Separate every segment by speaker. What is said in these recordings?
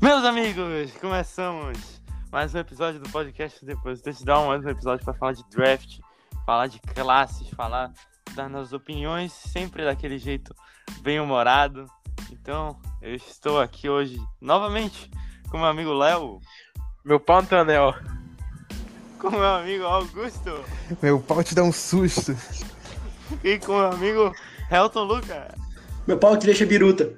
Speaker 1: Meus amigos, começamos mais um episódio do podcast Depois Deixa dar mais um episódio para falar de draft, falar de classes, falar das nossas opiniões, sempre daquele jeito bem humorado. Então, eu estou aqui hoje novamente com meu amigo Léo,
Speaker 2: Meu pau no teu anel.
Speaker 1: com meu amigo Augusto
Speaker 3: Meu pau te dá um susto.
Speaker 1: e com meu amigo Helton Luca.
Speaker 4: Meu pau te deixa biruta.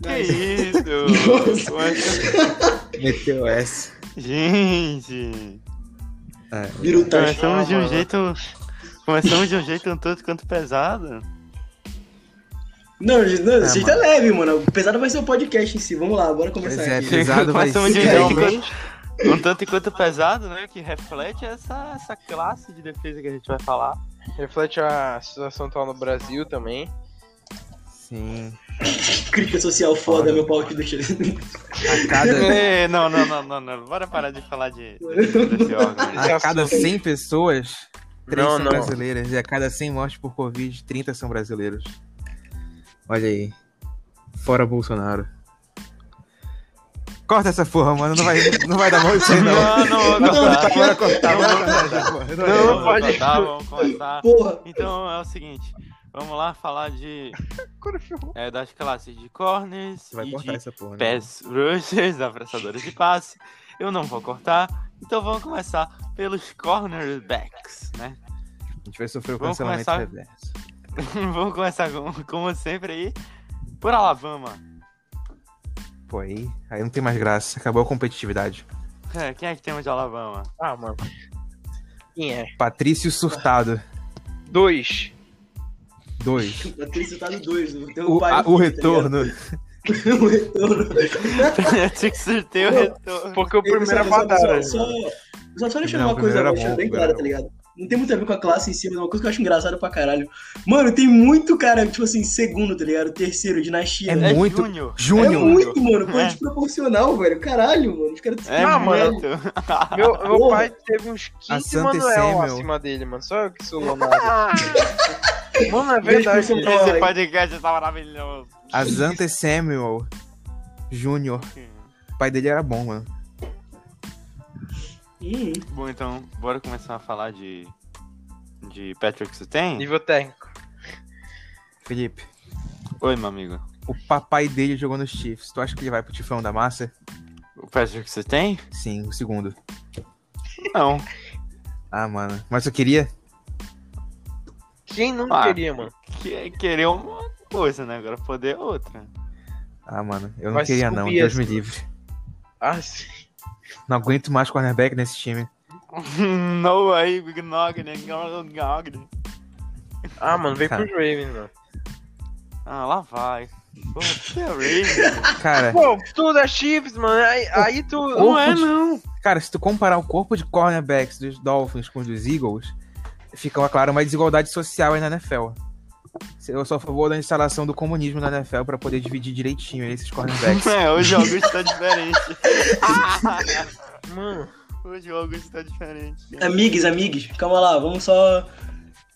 Speaker 1: Que isso? é Poxa,
Speaker 3: Meteu essa.
Speaker 1: é? Gente,
Speaker 4: Biruta.
Speaker 1: começamos de um
Speaker 2: mano.
Speaker 1: jeito, começamos de um jeito um tanto quanto pesado.
Speaker 4: Não, gente, não,
Speaker 3: Ah,
Speaker 4: gente, tá leve, mano. O pesado vai ser o podcast em si. Vamos lá, bora
Speaker 3: Pois
Speaker 4: começar
Speaker 3: é,
Speaker 4: aqui.
Speaker 3: pesado vai
Speaker 1: Começamos de
Speaker 3: ser.
Speaker 1: um jeito
Speaker 4: Realmente.
Speaker 1: enquanto- um tanto enquanto pesado, né? Que reflete essa, essa classe de defesa que a gente vai falar.
Speaker 2: Reflete a situação atual no Brasil também.
Speaker 3: Sim.
Speaker 4: Crítica social foda, meu pau te deixa.
Speaker 3: A cada,
Speaker 1: Ei, É, não, não, não, não, não. Bora parar de falar de, de- desse órgão.
Speaker 3: a cada 100 pessoas, 3
Speaker 2: Não,
Speaker 3: são
Speaker 2: não.
Speaker 3: brasileiras. E a cada 100 mortes por Covid, 30 são brasileiros. Olha aí. Fora Bolsonaro. Corta essa porra, mano. Não vai, não vai dar mal isso aí, não.
Speaker 1: Não, não, vou cortar.
Speaker 3: Bora cortar, bora cortar essa porra. Não,
Speaker 1: Não,
Speaker 3: não.
Speaker 1: vou
Speaker 2: pode.
Speaker 1: cortar, vamos começar.
Speaker 4: Porra.
Speaker 1: Então é o seguinte, vamos lá falar de
Speaker 2: Agora ferrou.
Speaker 1: é, das classes de corners
Speaker 3: Você vai
Speaker 1: e
Speaker 3: cortar
Speaker 1: de
Speaker 3: essa porra. né?
Speaker 1: pass rushers, abraçadores de passe. Eu não vou cortar, então vamos começar pelos cornerbacks, né?
Speaker 3: A gente vai sofrer o
Speaker 1: Vamos
Speaker 3: cancelamento
Speaker 1: começar.
Speaker 3: reverso.
Speaker 1: Vamos começar, com- como sempre, aí por Alabama.
Speaker 3: Pô, aí, aí não tem mais graça. Acabou a competitividade.
Speaker 1: É, Quem é que temos de Alabama?
Speaker 2: Ah, mano. Quem é?
Speaker 3: Patrício Surtado.
Speaker 2: Dois.
Speaker 3: Dois.
Speaker 4: Eu tenho citado tá dois. O, teu
Speaker 3: O,
Speaker 4: pai,
Speaker 3: a- o retorno.
Speaker 4: Tá ligado? o retorno.
Speaker 1: Eu tinha que surtei o retorno.
Speaker 2: Porque o primeiro é
Speaker 4: Só- só-
Speaker 2: Badara.
Speaker 4: Só, só, só deixando
Speaker 3: Não,
Speaker 4: uma
Speaker 3: o
Speaker 4: coisa
Speaker 3: primeiro era
Speaker 4: deixando
Speaker 3: bom,
Speaker 4: bem
Speaker 3: o
Speaker 4: clara,
Speaker 3: primeiro
Speaker 4: tá ligado? Não tem muito a ver com a classe em si, mas é uma coisa que eu acho engraçada pra caralho. Mano, tem muito cara, tipo assim, segundo, tá ligado? Terceiro, dinastia.
Speaker 3: É
Speaker 4: né?
Speaker 1: É
Speaker 3: muito-
Speaker 1: Júnior.
Speaker 4: É
Speaker 3: Júnior.
Speaker 4: muito, mano. Foi
Speaker 1: É.
Speaker 4: desproporcional, velho. Caralho, mano. Os caras
Speaker 1: É
Speaker 2: Ah, mano.
Speaker 1: muito.
Speaker 2: Meu, meu
Speaker 4: Porra.
Speaker 2: pai teve uns 15
Speaker 3: Santa e
Speaker 2: Manuel
Speaker 3: Samuel.
Speaker 2: acima dele, mano. Só eu que sou lonado. mano, é
Speaker 4: Beijo
Speaker 2: verdade.
Speaker 4: pro seu
Speaker 1: Esse
Speaker 4: pai.
Speaker 1: podcast tá maravilhoso.
Speaker 3: Azante Samuel Júnior. O pai dele era bom, mano.
Speaker 4: Hum.
Speaker 1: Bom, então, bora começar a falar de. De Patrick Sutton?
Speaker 2: Nível técnico.
Speaker 3: Felipe,
Speaker 1: Oi, meu amigo.
Speaker 3: o papai dele jogou nos Chiefs. Tu acha que ele vai pro Tifão da Massa?
Speaker 1: O Patrick Sutton?
Speaker 3: Sim, o segundo.
Speaker 1: Não.
Speaker 3: Ah, mano. Mas eu queria.
Speaker 2: Quem não
Speaker 1: Ah.
Speaker 2: queria, mano?
Speaker 1: Que- Querer uma coisa, né? Agora poder é outra. o
Speaker 3: Ah, mano. Eu não
Speaker 2: Vai
Speaker 3: queria, não.
Speaker 2: subir
Speaker 3: Deus me
Speaker 2: esse-
Speaker 3: livre.
Speaker 2: Ah, sim.
Speaker 3: Não aguento mais cornerback nesse time.
Speaker 1: No aí, né? Gnogne, Gnogne.
Speaker 2: ah mano, veio
Speaker 3: Cara.
Speaker 2: pros Ravens, mano.
Speaker 1: Ah, lá vai. é Porra, que horrível.
Speaker 3: Cara,
Speaker 2: Pô, tudo é chips, mano. Aí, aí tu.
Speaker 1: Não é, não.
Speaker 3: cara, se tu comparar o corpo de cornerbacks dos Dolphins com os dos Eagles, fica, claro, uma desigualdade social aí na NFL. Eu sou a favor da instalação do comunismo na NFL pra poder dividir direitinho esses cornerbacks.
Speaker 1: É, hoje o Augusto tá diferente.
Speaker 2: Mano.
Speaker 1: hoje o Augusto tá diferente.
Speaker 3: É
Speaker 4: Amigues, amigues, calma lá, vamos só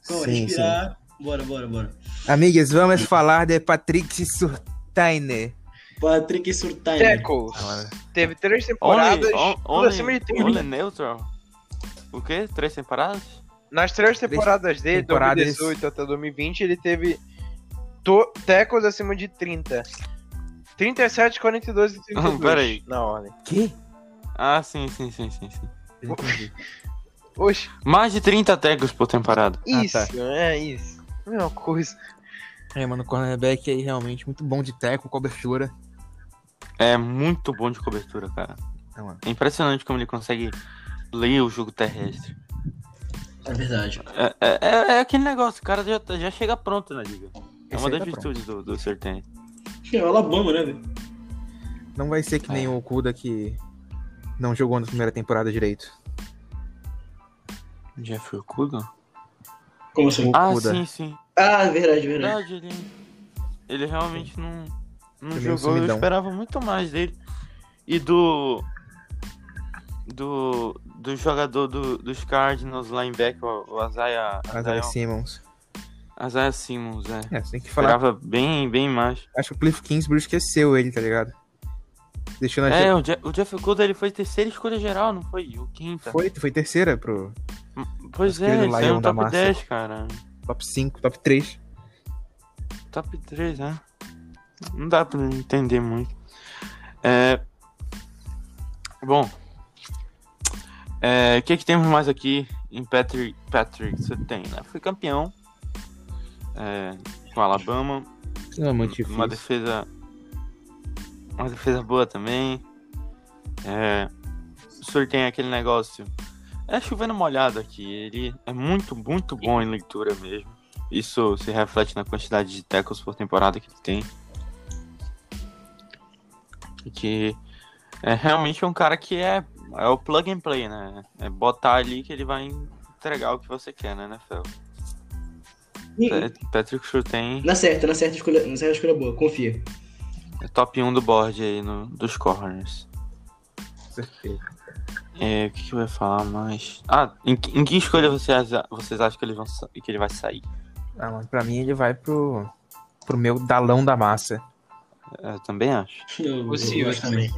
Speaker 4: calma,
Speaker 3: Sim,
Speaker 4: respirar. Bora, bora, bora.
Speaker 3: Amigas, vamos falar de Patrick Surtainer.
Speaker 4: Patrick Surtain.
Speaker 2: Tackles.
Speaker 3: Ah, mano.
Speaker 2: Teve três temporadas.
Speaker 1: Only, on-
Speaker 2: tudo
Speaker 1: only,
Speaker 2: acima de 30.
Speaker 3: um.
Speaker 1: only neutral. O quê? Três temporadas?
Speaker 2: Nas três temporadas dele,
Speaker 3: temporadas.
Speaker 2: 2018 até 2020, ele teve to- tackles acima de 30. 37, 42 e 32.
Speaker 1: Ah, peraí.
Speaker 2: Na ordem.
Speaker 3: Que?
Speaker 1: Ah, sim, sim, sim, sim, sim.
Speaker 2: Oxe,
Speaker 1: Mais de 30 tackles por temporada.
Speaker 3: Ah,
Speaker 2: isso,
Speaker 3: tá.
Speaker 2: é isso. Mesma coisa.
Speaker 3: É, mano, o cornerback aí realmente muito bom de teco, cobertura.
Speaker 1: É muito bom de cobertura, cara.
Speaker 3: É, mano.
Speaker 1: É impressionante como ele consegue ler o jogo terrestre.
Speaker 4: É verdade.
Speaker 1: É, é- é- é aquele negócio, o cara já, já chega pronto na liga. É
Speaker 3: Esse
Speaker 1: uma
Speaker 3: aí
Speaker 1: das
Speaker 3: tá
Speaker 1: virtudes do, do Sertém.
Speaker 4: É o Alabama, né, velho?
Speaker 3: Não vai ser que nem o Okuda que não jogou na primeira temporada direito.
Speaker 1: Jeffrey Okuda?
Speaker 4: Como assim?
Speaker 3: O
Speaker 1: Ah,
Speaker 3: Okuda.
Speaker 1: sim, sim.
Speaker 4: Ah, verdade, verdade.
Speaker 1: Verdade, ele, ele realmente não, não
Speaker 3: Ele é meio
Speaker 1: jogou. Eu
Speaker 3: sumidão.
Speaker 1: esperava muito mais dele. E do. Do, do jogador do, dos Cardinals linebacker, o o Isaiah,
Speaker 3: Isaiah Simmons.
Speaker 1: Isaiah Simmons, é.
Speaker 3: É, você tem que falar.
Speaker 1: Esperava bem, bem mais.
Speaker 3: Acho que o Cliff Kingsbury esqueceu ele, tá ligado? Deixando a gente.
Speaker 1: É, o, Je- o Jeff Okuda, ele foi terceira escolha geral, não foi? O quinta.
Speaker 3: Foi, foi terceira pro
Speaker 1: Pois
Speaker 3: Aquele
Speaker 1: é, ele saiu
Speaker 3: Lion
Speaker 1: no
Speaker 3: um da
Speaker 1: top
Speaker 3: massa.
Speaker 1: 10, cara.
Speaker 3: top 5, top 3.
Speaker 1: Top 3, né? Não dá pra entender muito. É... Bom. É, O que, que temos mais aqui em Patrick? Patrick, você tem, né? Foi campeão é, com Alabama.
Speaker 3: Não é muito difícil.
Speaker 1: Uma defesa. Uma defesa boa também. É, o senhor tem aquele negócio. É chovendo molhado aqui. Ele é muito, muito bom em leitura mesmo. Isso se reflete na quantidade de tackles por temporada que ele tem. E Que é realmente um cara que é, é o plug and play, né? É botar ali que ele vai entregar o que você quer, né, NFL?
Speaker 3: é.
Speaker 4: Ih,
Speaker 1: Pat- Patrick Surtain
Speaker 4: Na certa, na certa escolha, na certa escolha boa, confia.
Speaker 1: é top 1 do board aí no, dos corners.
Speaker 3: Com certeza.
Speaker 1: É, o que, que eu ia falar mais? Ah, em, que- em que escolha vocês, vocês acham que ele, vão, sa- que ele vai sair?
Speaker 3: Ah, mano, pra mim ele vai pro, pro meu dalão da massa.
Speaker 1: Eu também acho.
Speaker 4: Eu,
Speaker 2: O Silas também.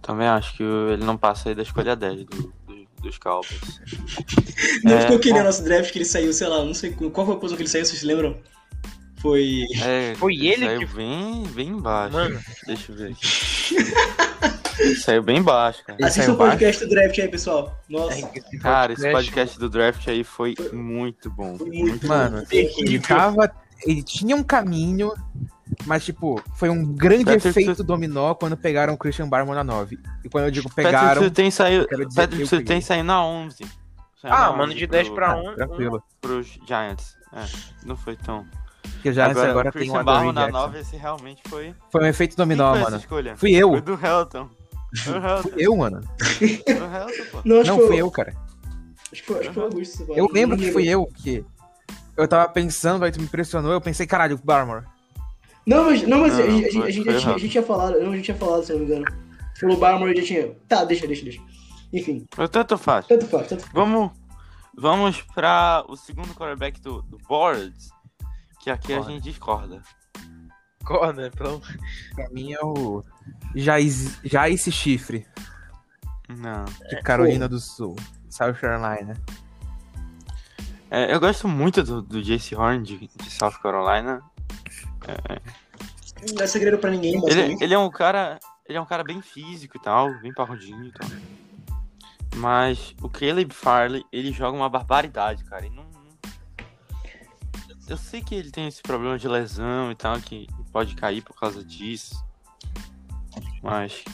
Speaker 1: Também acho que o- ele não passa aí da escolha 10 do, do- dos Cowboys.
Speaker 4: Não
Speaker 1: É,
Speaker 4: ficou aquele
Speaker 1: bom.
Speaker 4: nosso draft que ele saiu, sei lá, não sei qual qual foi a posição que ele saiu, vocês lembram? Foi.
Speaker 1: É,
Speaker 2: Foi ele
Speaker 1: saiu
Speaker 2: que-
Speaker 1: bem, bem embaixo.
Speaker 2: Mano,
Speaker 1: Deixa eu ver aqui. Ele saiu bem baixo, cara.
Speaker 3: Ele
Speaker 4: Assista
Speaker 3: saiu É,
Speaker 4: o podcast do draft aí, pessoal. Nossa,
Speaker 2: esse
Speaker 1: Cara, esse
Speaker 2: podcast-
Speaker 1: podcast do draft aí foi muito bom.
Speaker 4: foi muito
Speaker 3: Mano,
Speaker 4: muito
Speaker 3: Ele
Speaker 4: terrível.
Speaker 3: tava. Ele tinha um caminho, mas, tipo, foi um grande
Speaker 1: Patrick
Speaker 3: efeito
Speaker 1: Sur-
Speaker 3: dominó quando pegaram o Christian Barman na 9. E quando eu digo
Speaker 1: Patrick
Speaker 3: pegaram.
Speaker 1: Surtain saiu,
Speaker 3: quero dizer que
Speaker 1: Patrick
Speaker 3: eu
Speaker 1: Surtain
Speaker 3: peguei.
Speaker 1: saiu na 11. Saiu
Speaker 2: Ah,
Speaker 1: na
Speaker 2: mano,
Speaker 1: 11
Speaker 2: de 10
Speaker 1: pro-
Speaker 2: pra
Speaker 3: Ah,
Speaker 2: 1.
Speaker 3: tranquilo.
Speaker 1: pros Giants. É, não foi tão.
Speaker 3: Porque já agora,
Speaker 1: o
Speaker 3: tem
Speaker 1: Christian
Speaker 3: o Adoree
Speaker 1: Barro na
Speaker 3: Jackson.
Speaker 1: 9, esse realmente foi.
Speaker 3: Foi um efeito
Speaker 1: Quem
Speaker 3: dominó,
Speaker 1: foi essa
Speaker 3: mano.
Speaker 1: escolha?
Speaker 3: Fui eu.
Speaker 1: Foi do Helton. Foi do Helton.
Speaker 3: Fui eu, mano.
Speaker 1: Foi do Helton, pô.
Speaker 4: Não, acho
Speaker 3: Não,
Speaker 4: que
Speaker 3: fui
Speaker 4: foi-
Speaker 3: eu, cara.
Speaker 4: acho que foi- acho que foi o Augusto. você fala.
Speaker 3: Eu lembro que
Speaker 4: Não
Speaker 3: fui eu que. Eu tava pensando, aí tu me impressionou, eu pensei, caralho, Barmore.
Speaker 4: Não, mas, não, mas
Speaker 1: Não,
Speaker 4: a, gente- a gente-
Speaker 1: foi-
Speaker 4: a gente,
Speaker 1: foi
Speaker 4: já tinha, a
Speaker 1: errado.
Speaker 4: gente tinha falado, não, a gente tinha falado, se eu não me engano. Falou Barmore, já tinha. Tá, deixa, deixa, deixa. Enfim,
Speaker 1: Mas tanto faz.
Speaker 4: tanto faz, tanto faz.
Speaker 1: Vamos, vamos pra o segundo quarterback do, do board. Que aqui a
Speaker 3: Bora.
Speaker 1: gente discorda.
Speaker 2: corner, pelo
Speaker 3: Pra mim é o. Já, is- já esse chifre
Speaker 1: Não.
Speaker 3: de Carolina do Sul, South Carolina.
Speaker 1: É, eu gosto muito do, do JC Horn de, de South Carolina.
Speaker 4: Não é segredo pra ninguém, mas
Speaker 1: Ele,
Speaker 4: também.
Speaker 1: ele é um cara. Ele é um cara bem físico e tal, bem parrudinho e tal. Mas o Caleb Farley, ele joga uma barbaridade, cara. E não, não- Eu sei que ele tem esse problema de lesão e tal, que pode cair por causa disso. Mas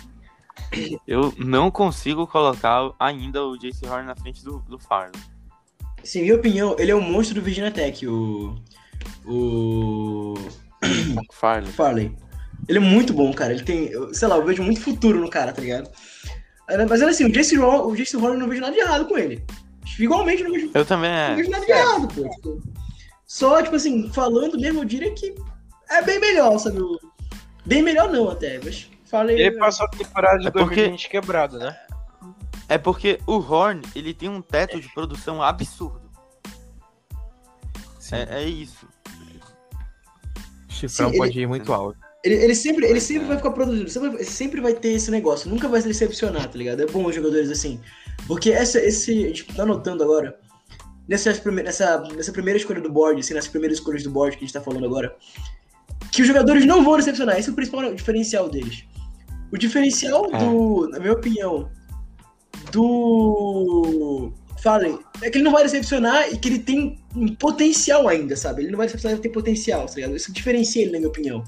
Speaker 1: eu não consigo colocar ainda o JC Horn na frente do, do Farley.
Speaker 4: Sim, minha opinião, ele é o monstro do Virginia Tech, o. O.
Speaker 1: Farley.
Speaker 4: Farley. Ele é muito bom, cara. Ele tem. eu- Sei lá, eu vejo muito futuro no cara, tá ligado? Mas era assim, o Jace Horn, o Jace Horn eu não vejo nada de errado com ele. Igualmente eu não vejo,
Speaker 1: Eu também
Speaker 4: não
Speaker 1: é.
Speaker 4: vejo nada de errado, pô. Tipo, Só, tipo assim, falando mesmo, eu diria que é bem melhor, sabe? o- Bem melhor não até, mas falei.
Speaker 2: Ele passou a temporada de
Speaker 1: É porque-
Speaker 2: 2020 quebrado, né?
Speaker 1: É porque o Horn, ele tem um teto de produção absurdo.
Speaker 3: Sim,
Speaker 1: É, é isso.
Speaker 3: chifrão
Speaker 4: Sim, ele-
Speaker 3: pode ir muito alto.
Speaker 4: Ele, ele sempre, ele sempre vai ficar produzindo, sempre, vai- sempre vai ter esse negócio, nunca vai se decepcionar, tá ligado? É bom os jogadores assim. Porque essa, esse. Tipo, tá anotando agora. Nessas prime- nessa, nessa primeira escolha do board, assim, nessas primeiras escolhas do board que a gente tá falando agora. Que os jogadores não vão decepcionar. Esse é o principal diferencial deles. O diferencial
Speaker 1: É.
Speaker 4: do. Na minha opinião. Do. Fallen. É que ele não vai decepcionar e que ele tem um potencial ainda, sabe? Ele não vai decepcionar, ele tem potencial, tá ligado? Isso diferencia ele, na minha opinião.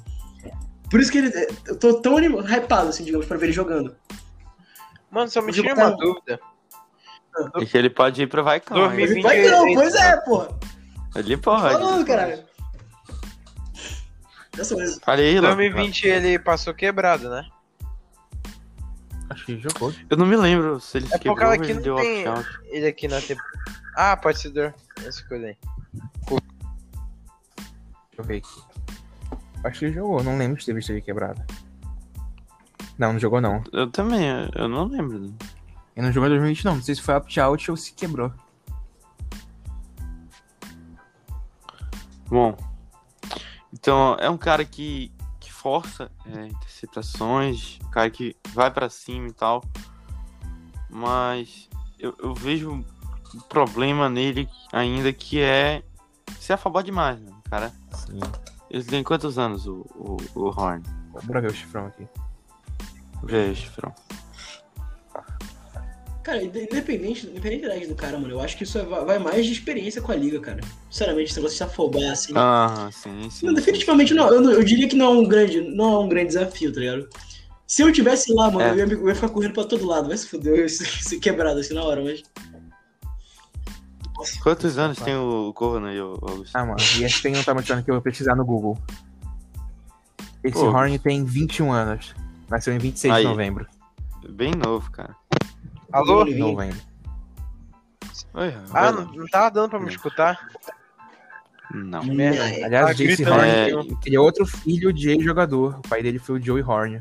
Speaker 4: Por isso que ele, eu tô tão anim- hypado, assim, digamos, pra ver ele jogando.
Speaker 2: Mano, só me
Speaker 4: Mas eu
Speaker 2: tira uma
Speaker 4: tava-
Speaker 2: dúvida.
Speaker 1: E que ele pode ir pro Vaicão.
Speaker 2: Dormir.
Speaker 1: hein?
Speaker 4: Ele vai que não, pois é, porra.
Speaker 1: Ele pode.
Speaker 4: Falando, caralho. Dessa vez.
Speaker 1: Olha aí,
Speaker 2: Em
Speaker 1: Léo.
Speaker 2: 2020 ele passou quebrado, né?
Speaker 3: Acho que jogou.
Speaker 1: Eu não me lembro se ele
Speaker 2: É por
Speaker 1: quebrou
Speaker 2: causa
Speaker 1: ou
Speaker 2: que
Speaker 1: ele
Speaker 2: não
Speaker 1: deu
Speaker 2: tem-
Speaker 1: opt-out.
Speaker 2: Ele aqui na temporada. Ah, pode ser dor. Essa coisa aí.
Speaker 3: Deixa eu ver aqui. Acho que ele jogou, não lembro de ter visto ele quebrado. Não, não jogou não.
Speaker 1: Eu também, eu não lembro.
Speaker 3: Ele não jogou em 2020 não, não sei se foi opt-out ou se quebrou.
Speaker 1: Bom, então é um cara que, que força é, interceptações, o cara que vai pra cima e tal. Mas eu, eu vejo um problema nele ainda que é se afabar demais, né, cara?
Speaker 3: Sim.
Speaker 1: Ele tem quantos anos, o, o, o Horn?
Speaker 3: Bora ver o chifrão aqui.
Speaker 1: Vê, Chifrão.
Speaker 4: Cara, inde- independente, independente da idade do cara, mano, eu acho que isso é- vai vai mais de experiência com a liga, cara. Sinceramente, se você se afobar assim.
Speaker 1: Ah. Aham, sim, sim.
Speaker 4: Não, definitivamente não. Eu, não- eu diria que não é um grande, não é um grande desafio, tá ligado? Se eu tivesse lá, mano,
Speaker 1: É.
Speaker 4: eu, ia, me- eu ia ficar correndo pra todo lado, vai se fuder, eu ia ser ser quebrado assim na hora, mas.
Speaker 1: Quantos anos tem o Corno aí, o Augusto?
Speaker 3: Ah, mano, e esse tem não tá mostrando que eu vou pesquisar no Google. Esse
Speaker 1: Pô.
Speaker 3: Horn tem 21 anos. Nasceu em 26
Speaker 1: Aí.
Speaker 3: de novembro.
Speaker 1: Bem novo, cara.
Speaker 2: Alô?
Speaker 4: Sim.
Speaker 3: novembro.
Speaker 1: Oi, é
Speaker 2: Ah,
Speaker 1: vai
Speaker 2: não,
Speaker 1: lá.
Speaker 2: não tava dando pra me escutar?
Speaker 1: não.
Speaker 2: Merda.
Speaker 4: Ai,
Speaker 3: Aliás,
Speaker 2: Tá
Speaker 3: Jace
Speaker 2: gritando
Speaker 3: Horn,
Speaker 1: É,
Speaker 2: Horn.
Speaker 3: ele é outro filho de ex-jogador. O pai dele foi o Joey Horn. Tô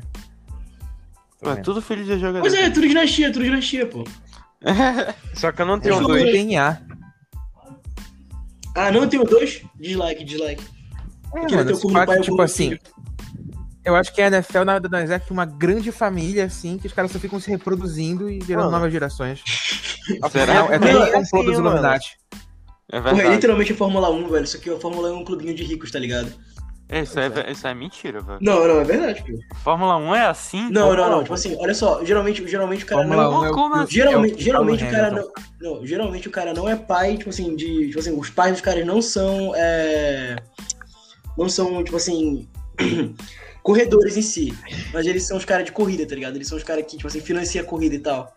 Speaker 1: pô, é
Speaker 3: vendo.
Speaker 1: tudo filho de jogador.
Speaker 4: Pois é, tudo dinastia, tudo dinastia, pô.
Speaker 2: Só que eu não
Speaker 3: Tem
Speaker 2: tenho
Speaker 3: um
Speaker 4: Mas-
Speaker 2: dois.
Speaker 3: dois DNA.
Speaker 4: Ah, não, eu tenho dois? Dislike, dislike.
Speaker 3: É,
Speaker 4: Aquele
Speaker 3: mano,
Speaker 4: teu
Speaker 3: esse
Speaker 4: corno
Speaker 3: fato,
Speaker 4: pai, o
Speaker 3: tipo
Speaker 4: corno
Speaker 3: assim. Eu acho que a NFL nada mais é que uma grande família, assim, que os caras só ficam se reproduzindo e virando
Speaker 2: Mano.
Speaker 3: novas gerações.
Speaker 1: Será?
Speaker 3: é
Speaker 2: Não,
Speaker 3: todo um
Speaker 2: é
Speaker 3: complô
Speaker 2: assim,
Speaker 3: dos
Speaker 2: mano.
Speaker 3: Illuminati.
Speaker 1: É
Speaker 4: Porra, é
Speaker 1: verdade.
Speaker 4: literalmente a Fórmula 1, velho. Isso aqui é a Fórmula 1 é um clubinho de ricos, tá ligado?
Speaker 1: Isso é, ve- isso é mentira, velho.
Speaker 4: Não, não, é verdade, pô.
Speaker 1: Fórmula 1 é assim?
Speaker 4: Não, não, não. Tipo assim, olha só, geralmente, geralmente o cara
Speaker 3: Fórmula
Speaker 4: não.
Speaker 3: 1 é o-
Speaker 1: Como
Speaker 3: é o-
Speaker 1: assim?
Speaker 4: Geralmente,
Speaker 3: é
Speaker 4: geralmente o
Speaker 3: Carlos
Speaker 4: cara
Speaker 3: Hamilton.
Speaker 4: não, não, Geralmente o cara não é pai, tipo assim, de. Tipo assim, os pais dos caras não são. é, não são, tipo assim. corredores em si. Mas eles são os caras de corrida, tá ligado? Eles são os caras que, tipo assim, financia a corrida e tal.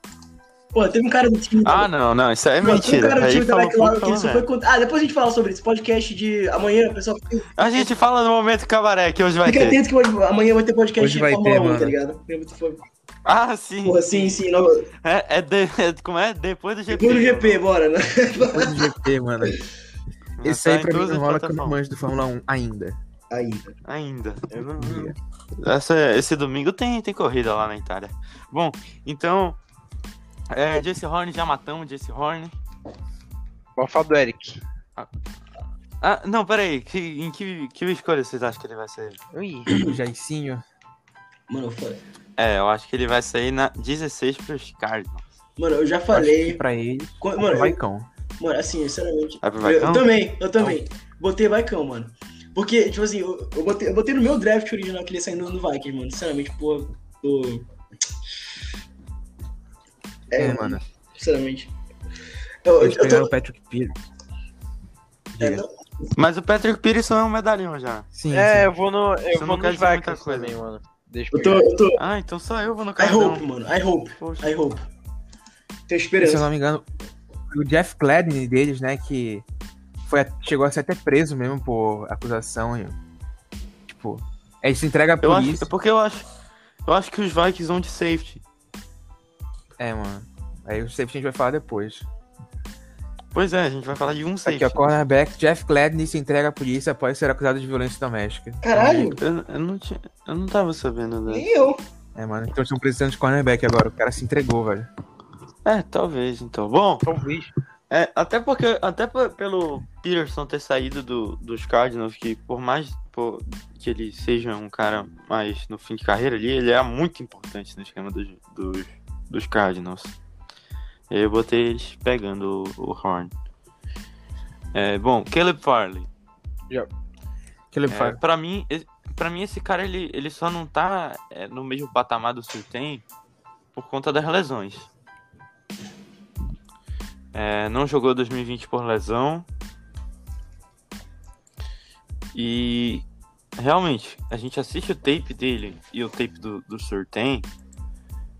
Speaker 4: Pô, teve um cara do time.
Speaker 1: Ah, não, não, isso é
Speaker 4: Não,
Speaker 1: mentira.
Speaker 4: teve um cara do
Speaker 1: Aí
Speaker 4: time da
Speaker 1: falou
Speaker 4: McLaren
Speaker 1: tudo,
Speaker 4: que ele só
Speaker 1: falou
Speaker 4: foi
Speaker 1: merda.
Speaker 4: contra- Ah, depois a gente fala sobre esse podcast de amanhã, pessoal.
Speaker 1: A gente fala no momento cabaré que hoje vai
Speaker 4: Fica
Speaker 1: ter.
Speaker 4: atento que hoje- amanhã vai ter podcast
Speaker 3: Hoje
Speaker 4: de
Speaker 3: vai
Speaker 4: Fórmula
Speaker 3: ter,
Speaker 4: 1, tá
Speaker 3: mano.
Speaker 4: ligado? Amanhã vai ter Fórmula-
Speaker 1: Ah, sim.
Speaker 4: Porra, sim, sim. Nova...
Speaker 1: É, é de- é- como é? Depois do GP.
Speaker 4: Depois do GP, bora, né?
Speaker 3: Depois do GP, mano.
Speaker 1: Tá
Speaker 3: Esse aí
Speaker 1: em
Speaker 3: pra mim
Speaker 1: todas
Speaker 3: não
Speaker 1: as
Speaker 3: rola que eu não
Speaker 1: plataformas.
Speaker 3: manjo do Fórmula 1 ainda.
Speaker 4: Aí.
Speaker 1: Ainda. Eu não- Essa- esse domingo tem, tem corrida lá na Itália. Bom, então. É, Jace Horn, já matamos Jace Horn.
Speaker 2: Vou falar do Eric.
Speaker 1: Ah, não, peraí. Que, em que, que escolha vocês acham que ele vai sair?
Speaker 2: Ui.
Speaker 3: O Jaicinho.
Speaker 4: Mano, eu falei.
Speaker 1: É, eu acho que ele vai sair na 16 pros Cardinals.
Speaker 4: Mano, eu já
Speaker 3: Acho que
Speaker 4: falei.
Speaker 3: pra ele,
Speaker 4: Quan-
Speaker 3: o
Speaker 4: Mano, eu-
Speaker 3: Maicon.
Speaker 4: mano, assim, sinceramente.
Speaker 1: Ah, Vai Tá pro
Speaker 4: Eu, eu
Speaker 1: Vaicão?
Speaker 4: também, eu também. Botei Vaicão, mano. Porque, tipo assim, eu, eu botei, eu botei no meu draft original que ele ia sair no, no Vikings, mano. Sinceramente, porra. Tô... É,
Speaker 3: É,
Speaker 4: mano,
Speaker 3: mano.
Speaker 4: sinceramente. Eu,
Speaker 3: Eles
Speaker 4: eu tô-
Speaker 3: pegaram o Patrick Pierce.
Speaker 4: é, não,
Speaker 1: Mas o Patrick Peterson é um medalhão já.
Speaker 3: Sim,
Speaker 2: É, eu vou no.
Speaker 1: Isso
Speaker 2: Eu
Speaker 1: não
Speaker 2: vou
Speaker 1: quer
Speaker 2: nos
Speaker 1: dizer muita
Speaker 2: Vikings
Speaker 1: coisa.
Speaker 2: também, mano. Deixa eu
Speaker 4: eu tô,
Speaker 2: pegar.
Speaker 4: eu tô.
Speaker 1: Ah, então só eu vou no
Speaker 4: I hope,
Speaker 1: Cardinals.
Speaker 4: mano. I hope.
Speaker 1: Poxa.
Speaker 4: I hope. Tenho
Speaker 3: sim. Se eu
Speaker 4: esperança.
Speaker 3: não me engano, o Jeff Gladney deles, né, que foi, a- chegou a ser até preso mesmo por acusação. e, Tipo, ele se entrega à
Speaker 1: Eu acho,
Speaker 3: polícia.
Speaker 1: é porque eu acho. Eu acho que os Vikings vão de safety.
Speaker 3: É, mano. Aí o safety a gente vai falar depois.
Speaker 1: Pois é, a gente vai falar de um
Speaker 3: Aqui,
Speaker 1: safety.
Speaker 3: ó, cornerback Jeff Gladney se entrega à polícia após ser acusado de violência doméstica.
Speaker 4: Caralho,
Speaker 1: Eu, eu não tinha, eu não tava sabendo né? dessa.
Speaker 4: nem eu.
Speaker 3: É, mano. Então estão precisando de cornerback agora. O cara se entregou, velho.
Speaker 1: É, talvez então. Bom,
Speaker 2: Talvez.
Speaker 1: é, até porque até pe- pelo Peterson ter saído do, dos Cardinals, que por mais pô, que ele seja um cara mais no fim de carreira ali, ele é muito importante no esquema dos, dos, dos Cardinals. E aí Eu botei eles pegando o, o Horn. É, bom, Caleb Farley.
Speaker 3: Que ele
Speaker 1: É,
Speaker 3: fala.
Speaker 1: pra mim, para mim esse cara ele, ele só não tá é, no mesmo patamar do Surtain por conta das lesões. É, não jogou 2020 por lesão. E realmente, a gente assiste o tape dele e o tape do, do Surtain,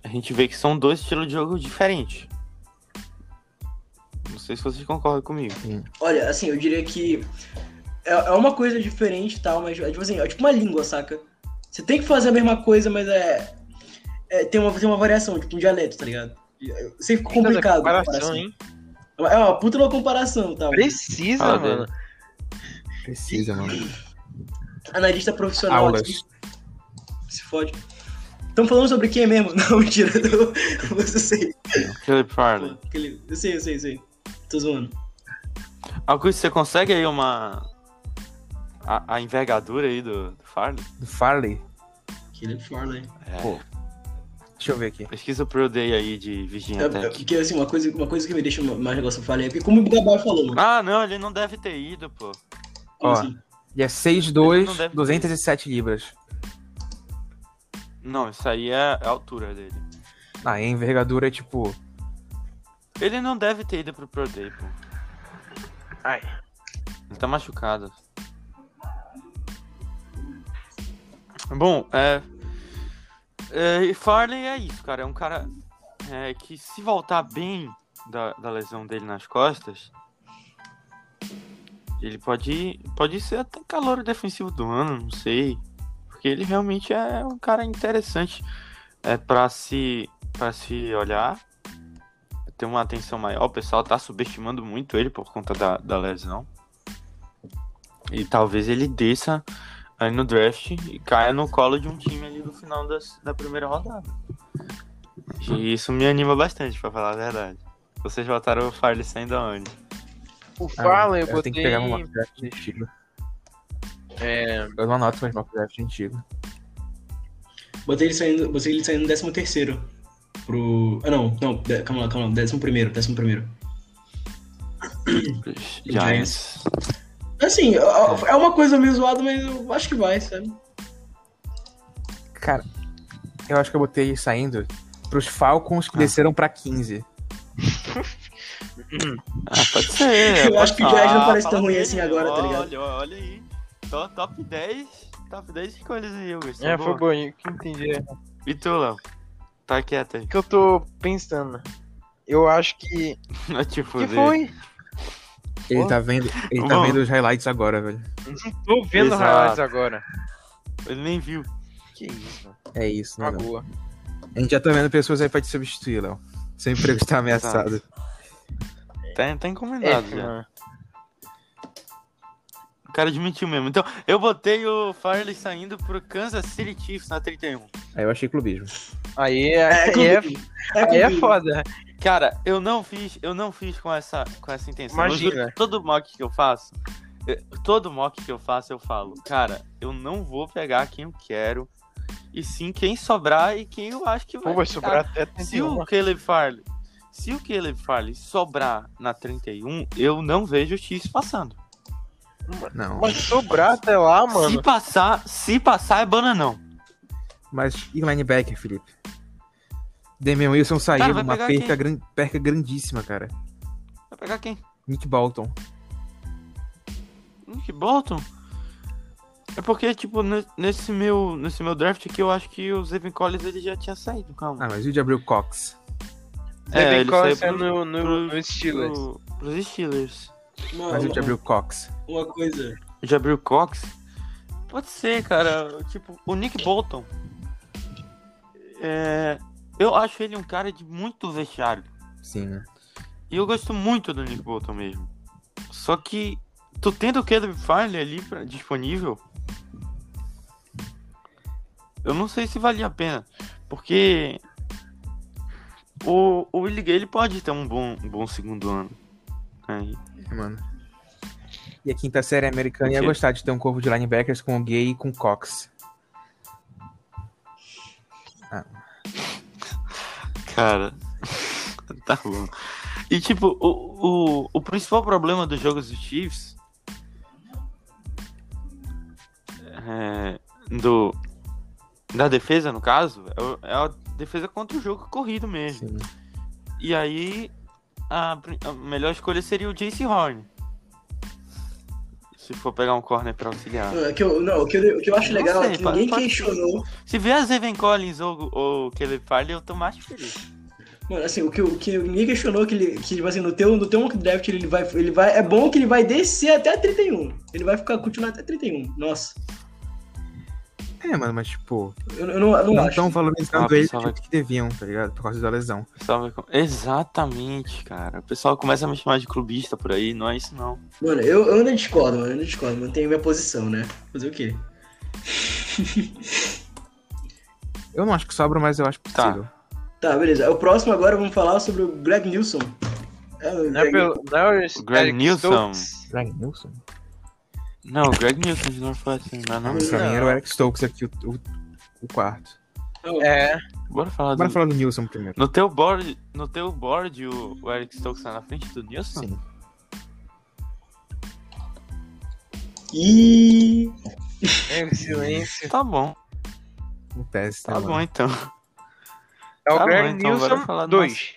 Speaker 1: a gente vê que são dois estilos de jogo diferentes. Não sei se vocês concordam comigo.
Speaker 4: Olha, assim, eu diria que é, é uma coisa diferente e tal, mas é tipo assim, é tipo uma língua, saca? Você tem que fazer a mesma coisa, mas é. é, tem, uma, tem uma variação, tipo um dialeto, tá ligado? E, é, Sempre fica complicado. a
Speaker 2: Comparação,
Speaker 4: comparação.
Speaker 2: hein?
Speaker 4: É uma- é uma puta uma comparação, tá?
Speaker 2: Precisa,
Speaker 1: Fala
Speaker 2: mano.
Speaker 3: Precisa, mano.
Speaker 4: Analista
Speaker 2: é
Speaker 4: profissional aqui,
Speaker 3: Aulas.
Speaker 4: se fode. Estamos falando sobre quem mesmo? Não, mentira. Eu, eu sei.
Speaker 1: Caleb Farley.
Speaker 4: Aquele- Eu sei, eu sei, eu sei. Tô zoando.
Speaker 1: Augusto, você consegue aí uma. A, a envergadura aí do, do Farley?
Speaker 3: Do Farley.
Speaker 4: Caleb Farley.
Speaker 3: Deixa eu ver aqui.
Speaker 1: Pesquisa pro Day aí de Virginia
Speaker 4: É,
Speaker 1: Tech.
Speaker 4: porque assim, uma coisa, uma coisa que me deixa mais negócio eu falei é porque como o Gabal falou, mano,
Speaker 1: Ah, não, ele não deve ter ido, pô.
Speaker 4: como
Speaker 3: ó.
Speaker 4: assim?
Speaker 3: Dia
Speaker 1: Não
Speaker 3: 6,2,
Speaker 1: deve-
Speaker 3: 207 libras.
Speaker 1: Não, isso aí é a altura dele.
Speaker 3: Ah, e a envergadura é tipo.
Speaker 1: Ele não deve ter ido pro Pro Day, pô.
Speaker 2: Ai.
Speaker 1: Ele tá machucado. Bom, é. é, e Farley é isso, cara. É um cara é, que se voltar bem da, da lesão dele nas costas, ele pode, pode ser até calor defensivo do ano, não sei. Porque ele realmente é um cara interessante é, para se, pra se olhar ter uma atenção maior. O pessoal tá subestimando muito ele por conta da, da lesão. E talvez ele desça aí no draft e caia no colo de um time ali no final das, da primeira rodada. E isso me anima bastante, pra falar a verdade. Vocês votaram o Farley saindo aonde?
Speaker 2: O
Speaker 3: ah,
Speaker 2: Farley eu
Speaker 3: eu
Speaker 2: botei.
Speaker 3: tenho que pegar meu mock draft antigo.
Speaker 2: É,
Speaker 3: Eu não anoto mais mock draft antigo.
Speaker 4: Botei ele saindo, botei ele saindo décimo terceiro. Pro. Ah não, não, de- calma lá, calma lá. Décimo primeiro, décimo primeiro.
Speaker 1: Giants.
Speaker 4: Assim, é é uma coisa meio zoada, mas eu acho que vai, sabe?
Speaker 3: Cara, eu acho que eu botei saindo pros Falcons que
Speaker 1: Ah.
Speaker 3: desceram pra 15.
Speaker 1: Ah, pode ser.
Speaker 4: Eu acho que o
Speaker 1: pode-
Speaker 4: Giants não
Speaker 1: Ah,
Speaker 4: parece tão
Speaker 1: fala
Speaker 4: ruim
Speaker 1: dele,
Speaker 4: assim agora, tá ligado?
Speaker 1: Olha, olha aí. To- Top 10. Top 10 escolhas aí, Wilson.
Speaker 2: é,
Speaker 1: Boa.
Speaker 2: foi bonito. Que entendi. é.
Speaker 1: E tu, Léo? Tá quieto aí.
Speaker 2: que eu tô pensando? Eu acho que.
Speaker 1: Não te
Speaker 2: que
Speaker 1: fuder.
Speaker 2: foi?
Speaker 3: Ele
Speaker 2: Pô.
Speaker 3: tá vendo, ele tá
Speaker 1: Bom.
Speaker 3: vendo os highlights agora, velho.
Speaker 2: Tô vendo
Speaker 1: Exato.
Speaker 2: highlights agora.
Speaker 1: Ele nem viu.
Speaker 2: Que isso, mano.
Speaker 3: É isso,
Speaker 1: Tá
Speaker 3: né? Léo?
Speaker 2: Magoa.
Speaker 3: A gente já tá vendo pessoas aí pra te substituir, Léo. Seu emprego está ameaçado.
Speaker 1: Tá, tá encomendado
Speaker 2: F,
Speaker 1: já.
Speaker 2: É. mano.
Speaker 1: O cara admitiu mesmo. Então, eu botei o Farley saindo pro Kansas City Chiefs na 31.
Speaker 3: Aí eu achei clubismo.
Speaker 2: Aí é, aí é,
Speaker 4: clube.
Speaker 2: aí é
Speaker 4: clube.
Speaker 2: foda.
Speaker 1: Cara, eu não fiz, eu não fiz com essa, com essa intenção. Eu
Speaker 2: Imagina.
Speaker 1: juro, todo mock que eu faço, eh, todo mock que eu faço, eu falo, cara, eu não vou pegar quem eu quero. E sim quem sobrar e quem eu acho que vai.
Speaker 2: Pô, vai
Speaker 1: ficar.
Speaker 2: sobrar até
Speaker 1: Se
Speaker 2: 31.
Speaker 1: o Caleb Farley, se o Caleb Farley sobrar na 31, eu não vejo o Chiefs passando.
Speaker 3: Não.
Speaker 2: Mas sobrar até lá, mano.
Speaker 1: Se passar, se passar é bananão.
Speaker 3: Mas e linebacker, Felipe? Damian Wilson saiu,
Speaker 1: Cara, vai
Speaker 3: uma
Speaker 1: pegar
Speaker 3: perca,
Speaker 1: quem?
Speaker 3: gran- perca grandíssima, cara.
Speaker 1: Vai pegar quem?
Speaker 3: Nick Bolton.
Speaker 1: Nick Bolton? É porque, tipo, ne- nesse meu, nesse meu draft aqui, eu acho que o Zevin Collins ele já tinha saído, calma.
Speaker 3: Ah, mas e o Jabril Cox?
Speaker 2: Devin Collins
Speaker 1: É, saiu pro-
Speaker 2: no, no, né?
Speaker 1: pro-
Speaker 2: no Steelers.
Speaker 1: pro- pros Steelers.
Speaker 4: Mano,
Speaker 3: Mas e o Jabril Cox?
Speaker 4: uma coisa.
Speaker 1: O Jabril Cox? Pode ser, cara. Tipo, o Nick Bolton. É, eu acho ele um cara de muito vestiário.
Speaker 3: Sim, né?
Speaker 1: E eu gosto muito do Nick Bolton mesmo. Só que tu tendo o Caleb Farley ali pra- disponível, eu não sei se valia a pena. Porque o, o Willie Gay ele pode ter um bom, um bom segundo ano. né?
Speaker 3: É, mano. E a quinta série americana ia
Speaker 1: Porque-
Speaker 3: gostar de ter um corpo de linebackers com o Gay e com o Cox.
Speaker 1: Cara, tá bom. E tipo, o, o, o principal problema dos jogos do Chiefs é, do da defesa, no caso, é o- é a defesa contra o jogo corrido mesmo.
Speaker 3: Sim.
Speaker 1: E aí a, pri- a melhor escolha seria o JC Horn. Se for pegar um corner pra auxiliar.
Speaker 4: Ah, que eu, não, o que eu, o que eu acho
Speaker 1: Não
Speaker 4: legal
Speaker 1: sei,
Speaker 4: é que
Speaker 1: pode-
Speaker 4: ninguém
Speaker 1: pode-
Speaker 4: questionou.
Speaker 1: Se vier Zeven Collins ou, ou Caleb Farley, eu tô mais feliz.
Speaker 4: Mano, assim, o que, o que ninguém questionou que ele, que, tipo assim, no teu, no teu mock draft ele vai, ele vai. É bom que ele vai descer até 31. Ele vai ficar, continuar até 31. Nossa.
Speaker 3: É, mano, mas tipo,
Speaker 4: Eu, eu não, eu não então
Speaker 3: não
Speaker 4: acho.
Speaker 3: estão
Speaker 1: Ah,
Speaker 3: valorizando ele do
Speaker 1: pessoal,
Speaker 3: jeito que deviam, tá ligado? Por causa da lesão.
Speaker 1: O pessoal vai com- Exatamente, cara. O pessoal começa a me chamar de clubista por aí, não é isso não.
Speaker 4: Mano, eu, eu ainda discordo, mano. Eu ainda discordo. Mantenho minha posição, né? Fazer o quê?
Speaker 3: Eu não acho que sobra, mas eu acho possível.
Speaker 4: Tá, beleza. O próximo agora vamos falar sobre o Greg Nilsson. É, o
Speaker 2: Não
Speaker 4: Greg-
Speaker 2: é pelo. Não é o
Speaker 1: Greg
Speaker 2: Eric
Speaker 1: Nilsson.
Speaker 2: Stokes?
Speaker 3: Greg Nilsson?
Speaker 1: Não, o Greg Nilson de Northwestern, não é não?
Speaker 3: Pra mim era o Eric Stokes aqui, o, o, o quarto.
Speaker 2: É,
Speaker 1: Bora falar
Speaker 3: Bora
Speaker 1: do...
Speaker 3: falar do Nilson primeiro.
Speaker 1: No teu board, no teu board o, o Eric Stokes tá na frente do Nilson?
Speaker 3: Sim.
Speaker 4: E.
Speaker 2: é o silêncio.
Speaker 1: Tá bom,
Speaker 3: Acontece,
Speaker 1: tá
Speaker 3: né,
Speaker 1: bom
Speaker 3: mano?
Speaker 1: então.
Speaker 2: É o
Speaker 1: Tá bom,
Speaker 2: Greg
Speaker 1: então bora falar
Speaker 2: Nilson
Speaker 1: do
Speaker 2: 2.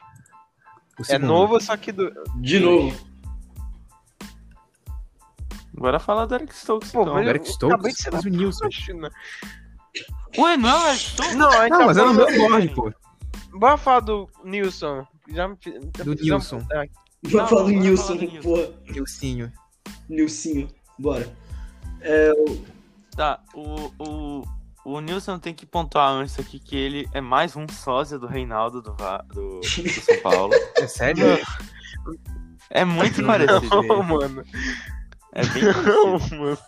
Speaker 3: O
Speaker 2: É
Speaker 3: segundo.
Speaker 2: novo, só que do.
Speaker 4: De novo.
Speaker 1: Bora falar do Eric Stokes
Speaker 2: Pô,
Speaker 1: então.
Speaker 2: mas-
Speaker 3: O Eric
Speaker 2: Eu acabei
Speaker 3: Stokes,
Speaker 2: de ser
Speaker 3: mas o Nilson.
Speaker 1: Ué, não é o Eric Stokes?
Speaker 2: Não, tá a gente
Speaker 3: Não, mas era
Speaker 2: acabou-
Speaker 3: o meu board, pô.
Speaker 2: Bora falar do Nilson. Já me... Ah,
Speaker 3: Do Nilson.
Speaker 1: Não,
Speaker 4: Vai falar do
Speaker 2: é
Speaker 1: bora
Speaker 4: Nilson,
Speaker 1: falar do
Speaker 4: né?
Speaker 1: Nilson.
Speaker 4: Porra.
Speaker 3: Nilcinho.
Speaker 4: Nilcinho. Bora.
Speaker 1: Tá, o, o, o Nilson tem que pontuar antes aqui que ele é mais um sósia do Reinaldo do, Va- do, do São Paulo.
Speaker 3: É sério?
Speaker 1: É muito parecido.
Speaker 2: Não,
Speaker 1: ele.
Speaker 2: mano.
Speaker 1: É bem parecido.
Speaker 2: Não, mano.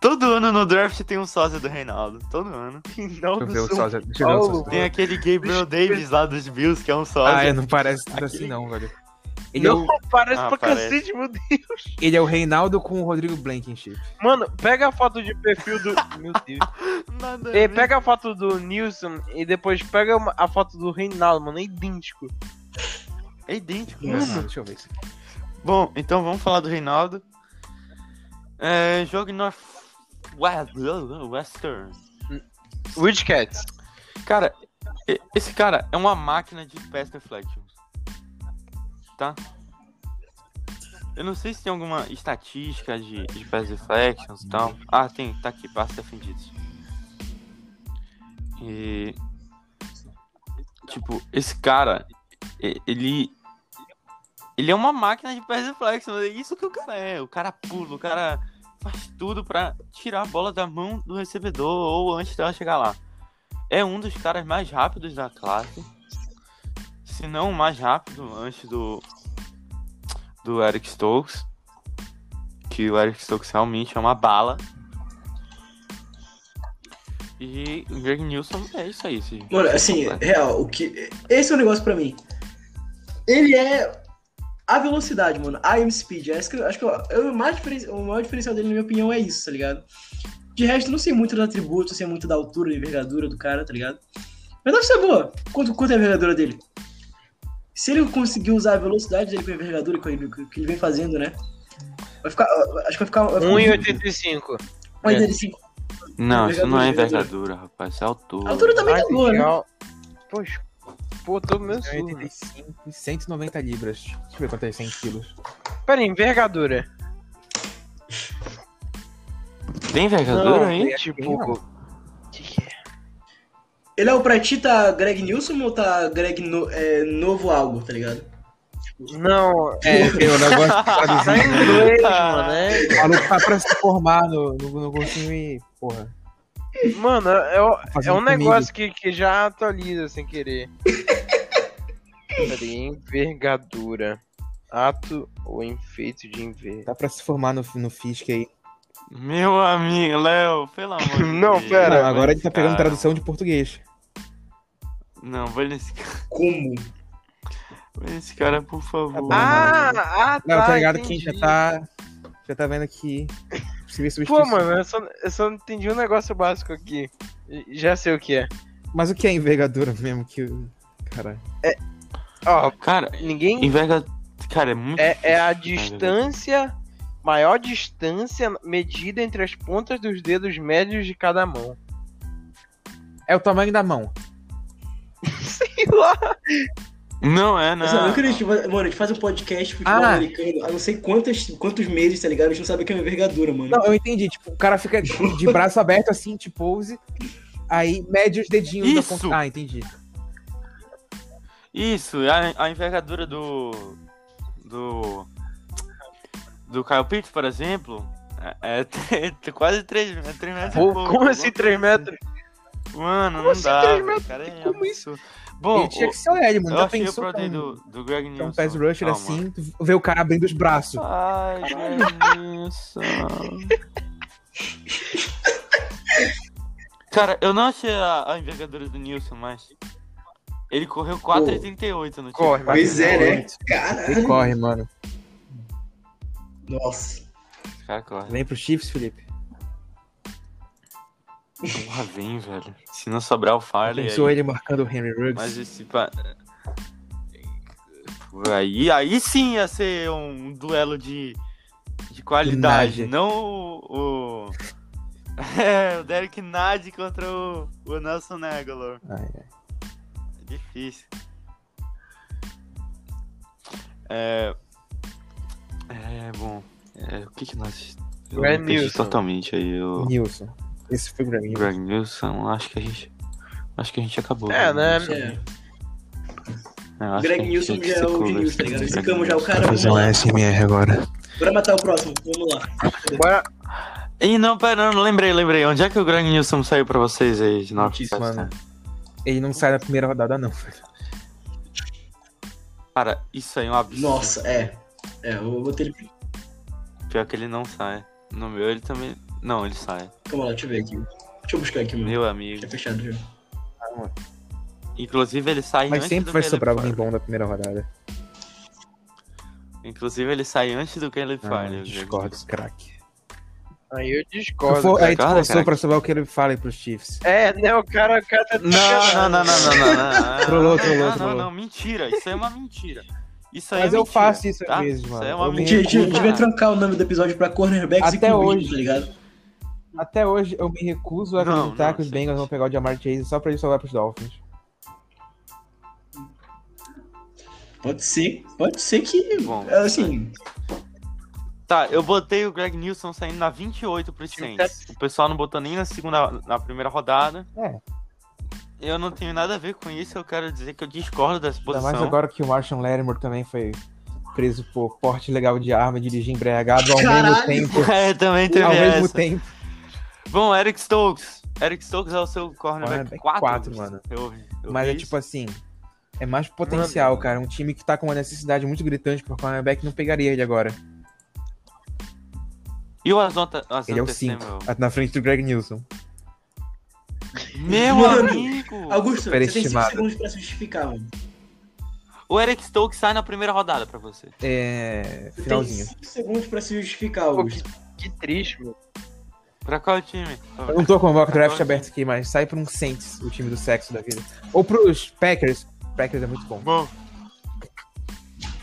Speaker 1: Todo ano no draft tem um sósia do Reinaldo. Todo ano.
Speaker 2: Final
Speaker 3: Deixa eu
Speaker 2: do
Speaker 3: ver o
Speaker 2: São
Speaker 3: sósia. Deixa eu ver o
Speaker 2: Paulo.
Speaker 3: sósia.
Speaker 1: Tem aquele Gabriel Davis lá dos Bills, que é um
Speaker 3: Ah, é,
Speaker 1: sósia.
Speaker 3: não parece tanto assim não, velho. Ele,
Speaker 2: não,
Speaker 3: É
Speaker 2: parece
Speaker 1: Ah,
Speaker 2: pra
Speaker 1: parece.
Speaker 2: cacete, meu Deus.
Speaker 3: o, ele é o Reinaldo com o Rodrigo Blankenship.
Speaker 2: Mano, pega a foto de perfil do. Meu Deus.
Speaker 1: Nada a
Speaker 2: É,
Speaker 1: ver.
Speaker 2: pega a foto do Nilson e depois pega uma- a foto do Reinaldo, mano. É idêntico.
Speaker 1: É idêntico.
Speaker 3: Engraçado, deixa eu ver isso.
Speaker 1: Bom, então vamos falar do Reinaldo. É, jogo em North West- Western.
Speaker 2: Wildcats.
Speaker 1: Cara, e- esse cara é uma máquina de pass deflections. Tá? Eu não sei se tem alguma estatística de, de pass deflections e tal. Ah, tem, tá aqui, passos defendidos. E. Tipo, esse cara, e- ele. Ele é uma máquina de pass deflections. É isso que o cara é. O cara pula, o cara faz tudo pra tirar a bola da mão do recebedor ou antes dela chegar lá é um dos caras mais rápidos da classe. Se não o mais rápido antes do do Eric Stokes. Que o Eric Stokes realmente é uma bala. E o Greg Nilsson é isso aí, sim.
Speaker 4: Mano, assim, real, o que. Esse é o negócio pra mim. Ele é. A velocidade, mano. A AM Speed. Acho que, acho que ó, eu- o, maior diferen- o maior diferencial dele, na minha opinião, é isso, tá ligado? De resto, eu não sei muito do atributo, sei muito da altura e envergadura do cara, tá ligado? Mas deve ser boa. Quanto, quanto é a envergadura dele? Se ele conseguir usar a velocidade dele com a envergadura que ele, que ele vem fazendo, né? Vai ficar. ó, Acho que vai ficar.
Speaker 3: Tá
Speaker 4: Vai ficar
Speaker 2: 1,85.
Speaker 4: um 1,85.
Speaker 1: Não, isso não é envergadura, rapaz. Isso é altura.
Speaker 4: A altura também tá boa, né?
Speaker 2: Artificial. Poxa. Pô, tô meio
Speaker 3: Tá
Speaker 2: surdo.
Speaker 3: 85, 190 libras. Deixa eu ver quanto é 100 quilos.
Speaker 2: Pera aí, envergadura.
Speaker 1: Tem envergadura aí?
Speaker 2: é tipo. Que que é?
Speaker 4: Ele é o pra ti, tá Greg Nilson ou tá Greg no- é, Novo Algo, tá ligado?
Speaker 2: Não, é.
Speaker 3: Eu o negócio de
Speaker 2: Tá em
Speaker 3: traduzir.
Speaker 2: inglês, mano. é-
Speaker 3: O maluco tá pra se formar no, no, no cursinho e, porra,
Speaker 2: Mano, é, o- é
Speaker 3: Fazendo
Speaker 2: um
Speaker 3: comigo.
Speaker 2: negócio que, que já atualiza sem querer. Peraí, envergadura. Ato ou enfeito de envergadura.
Speaker 3: tá pra se formar no, no FISC aí.
Speaker 1: Meu amigo, Léo, pelo amor de
Speaker 2: Não,
Speaker 1: Deus.
Speaker 2: pera.
Speaker 3: Não, agora ele tá pegando
Speaker 1: Cara.
Speaker 3: tradução de português.
Speaker 1: Não, vai nesse cara.
Speaker 4: Como?
Speaker 1: Vai nesse cara, por favor.
Speaker 2: Ah,
Speaker 1: mano.
Speaker 2: ah, tá.
Speaker 3: Não, tá ligado que
Speaker 2: entendi.
Speaker 3: já tá. Já tá vendo que. Possível
Speaker 2: Pô,
Speaker 3: substituição.
Speaker 2: mano, eu só, eu só não entendi um negócio básico aqui. E- Já sei o que é.
Speaker 3: Mas o que é envergadura mesmo que. o- Cara.
Speaker 2: Ó,
Speaker 1: Cara,
Speaker 2: ninguém.
Speaker 1: enverga. Cara, é muito.
Speaker 2: Ah! É, é a
Speaker 1: difícil, né,
Speaker 2: distância. Maior distância medida entre as pontas dos dedos médios de cada mão.
Speaker 3: É o tamanho da mão.
Speaker 2: Sei lá.
Speaker 1: velho? Não é, não.
Speaker 4: Eu sabia que eles- mano, a gente faz um podcast futebol
Speaker 3: Ah.
Speaker 4: americano há não sei quantos, quantos meses, tá ligado? A gente não sabe o que é uma envergadura, mano.
Speaker 3: Não, eu entendi. Tipo, o cara fica de braço aberto assim, tipo pose. Aí mede os dedinhos da
Speaker 1: Isso!
Speaker 3: ponta. Ah, entendi.
Speaker 1: Isso, a, a envergadura do. Do. Do Kyle Pitts, por exemplo, é, é tre- quase 3 metros. três metros e
Speaker 2: Pô,
Speaker 1: pouco.
Speaker 2: como assim 3 metros?
Speaker 1: Mano,
Speaker 2: como
Speaker 1: não
Speaker 2: assim
Speaker 1: dá.
Speaker 2: três
Speaker 1: velho,
Speaker 2: metros?
Speaker 1: cara, é
Speaker 2: Como
Speaker 1: absurdo. Bom,
Speaker 3: ele tinha
Speaker 1: o-
Speaker 3: que ser o L, mano.
Speaker 1: eu
Speaker 3: Já
Speaker 1: achei o
Speaker 3: pensou pra
Speaker 1: protein
Speaker 3: um,
Speaker 1: do, do Greg
Speaker 3: pra um
Speaker 1: Nilsson.
Speaker 3: pass rusher
Speaker 1: Calma.
Speaker 3: assim, tu vê o cara abrindo os braços.
Speaker 1: Ai, Greg Nilsson. Cara, eu não achei a, a envergadura do Nilson, mas. Ele correu 4,38 no time.
Speaker 2: Corre, mas-
Speaker 4: pois é, né?
Speaker 3: Ele
Speaker 4: Caralho.
Speaker 3: corre, mano.
Speaker 4: Nossa.
Speaker 1: Esse cara corre.
Speaker 3: Vem pro Chiefs, Felipe.
Speaker 1: Porra, vem, velho. Se não sobrar o Farley.
Speaker 3: Pensou
Speaker 1: Aí,
Speaker 3: ele marcando o Henry Ruggs.
Speaker 1: mas esse. pa- Aí, aí sim ia ser um duelo de, de qualidade.
Speaker 3: Nage.
Speaker 1: Não o. o... É, o Derek Nadi contra o, o Nelson Aguilar.
Speaker 3: Ai,
Speaker 1: É difícil. É. É, bom. é, o que que nós. Eu
Speaker 2: Greg
Speaker 1: me perdi
Speaker 2: Nilsson.
Speaker 1: totalmente aí. Eu...
Speaker 3: Nilson. Esse foi pra mim.
Speaker 1: Greg Nilsson, acho que a gente. Acho que a gente acabou.
Speaker 2: É, né?
Speaker 1: Nilsson.
Speaker 4: É.
Speaker 1: É,
Speaker 3: Ah,
Speaker 1: acho que a
Speaker 4: Greg
Speaker 1: gente
Speaker 4: Nilsson
Speaker 1: tem
Speaker 4: já
Speaker 1: que
Speaker 4: é o
Speaker 1: secou,
Speaker 4: de Nilsson, tá
Speaker 1: Greg
Speaker 4: ligado?
Speaker 1: Nilsson.
Speaker 4: Secamos já o cara. Vamos
Speaker 3: Fazer um
Speaker 4: lá.
Speaker 3: SMR agora.
Speaker 4: Bora matar o próximo. Vamos lá.
Speaker 2: Bora.
Speaker 1: Ih, não, pera, não, lembrei, lembrei. Onde é que o Greg Nilsson saiu pra vocês aí de North
Speaker 3: Notícia, mano. Ele não sai na primeira rodada, não. velho.
Speaker 1: Cara, isso aí é um absurdo.
Speaker 4: Nossa, é. É, eu vou ter ele.
Speaker 1: Pior que ele não sai. No meu ele também. Não, ele sai.
Speaker 4: Calma lá, deixa eu ver aqui. Deixa eu buscar aqui, meu.
Speaker 1: Meu amigo.
Speaker 4: É fechado já.
Speaker 1: Inclusive ele sai
Speaker 3: Mas
Speaker 1: antes
Speaker 3: sempre
Speaker 1: do
Speaker 3: vai
Speaker 1: Caleb
Speaker 3: sobrar alguém
Speaker 1: Farley.
Speaker 3: bom na primeira rodada.
Speaker 1: Inclusive ele sai antes do Caleb
Speaker 3: Ah,
Speaker 1: Farley. o Greg
Speaker 3: discordo,
Speaker 1: Nilsson.
Speaker 3: craque.
Speaker 2: Aí eu
Speaker 3: Tu
Speaker 2: discordo.
Speaker 3: for- Aí tu
Speaker 1: Cara,
Speaker 3: forçou
Speaker 1: craque.
Speaker 3: pra sobrar o que ele fala aí pros Chiefs.
Speaker 2: É, né? O cara, o cara tá.
Speaker 1: Não, não, não, não, não, não, não, não.
Speaker 3: Trollou,
Speaker 1: não,
Speaker 3: trollou,
Speaker 1: não,
Speaker 3: trollou.
Speaker 1: Não, não, mentira. Isso aí é uma mentira. Isso aí
Speaker 3: Mas
Speaker 1: é
Speaker 3: eu
Speaker 1: mentira,
Speaker 3: faço isso às
Speaker 1: tá?
Speaker 3: vezes, mano.
Speaker 1: Isso aí é uma
Speaker 3: Eu me
Speaker 1: mentira.
Speaker 4: Devia, devia- devia
Speaker 1: Ah,
Speaker 4: trocar o nome do episódio pra cornerbacks
Speaker 3: Até
Speaker 4: e corridas,
Speaker 3: hoje.
Speaker 4: tá ligado?
Speaker 3: Até hoje eu me recuso a
Speaker 1: Não,
Speaker 3: acreditar
Speaker 1: não,
Speaker 3: que os
Speaker 1: sim.
Speaker 3: Bengals vão pegar o Jamar Chase só pra ele sobrar pros Dolphins.
Speaker 4: Pode ser, pode ser que.
Speaker 1: Bom,
Speaker 4: assim,
Speaker 1: Tá, eu botei o Greg Nilsson saindo na 28 pro Saints. O pessoal não botou nem na segunda, na primeira rodada.
Speaker 3: É.
Speaker 1: Eu não tenho nada a ver com isso, eu quero dizer que eu discordo dessa
Speaker 3: Ainda
Speaker 1: posição.
Speaker 3: mais agora que o Marshall Lattimore também foi preso por porte ilegal de arma e dirigir embriagado ao
Speaker 4: Caralho!
Speaker 3: mesmo tempo.
Speaker 1: É, também teve
Speaker 3: Ao mesmo
Speaker 1: essa.
Speaker 3: tempo.
Speaker 1: Bom, Eric Stokes. Eric Stokes é o seu cornerback
Speaker 3: Cornerback
Speaker 1: 4.
Speaker 3: quatro, mano.
Speaker 1: Eu, eu
Speaker 3: Mas
Speaker 1: vi
Speaker 3: é
Speaker 1: isso.
Speaker 3: tipo assim, é mais potencial, cara. Um time que tá com uma necessidade muito gritante por cornerback não pegaria ele agora.
Speaker 1: E o Azonta, Azonta
Speaker 3: assim, Ele é o 5,
Speaker 1: Samuel?
Speaker 3: na frente do Greg Nilsson.
Speaker 1: Meu
Speaker 4: Mano,
Speaker 1: amigo!
Speaker 4: Augusto, você tem 5
Speaker 3: Superestimado.
Speaker 4: segundos pra se justificar, mano.
Speaker 1: O Eric Stokes sai na primeira rodada pra você.
Speaker 3: É.
Speaker 4: Você
Speaker 3: Finalzinho.
Speaker 4: tem 5 segundos pra se justificar,
Speaker 2: Pô,
Speaker 4: Augusto.
Speaker 2: que, que triste, mano.
Speaker 1: Pra qual time?
Speaker 3: Eu não tô com o mock draft aberto aqui, mas sai pra um Saints, o time do sexo da vida. Ou pros Packers. Packers é muito bom.
Speaker 1: Bom.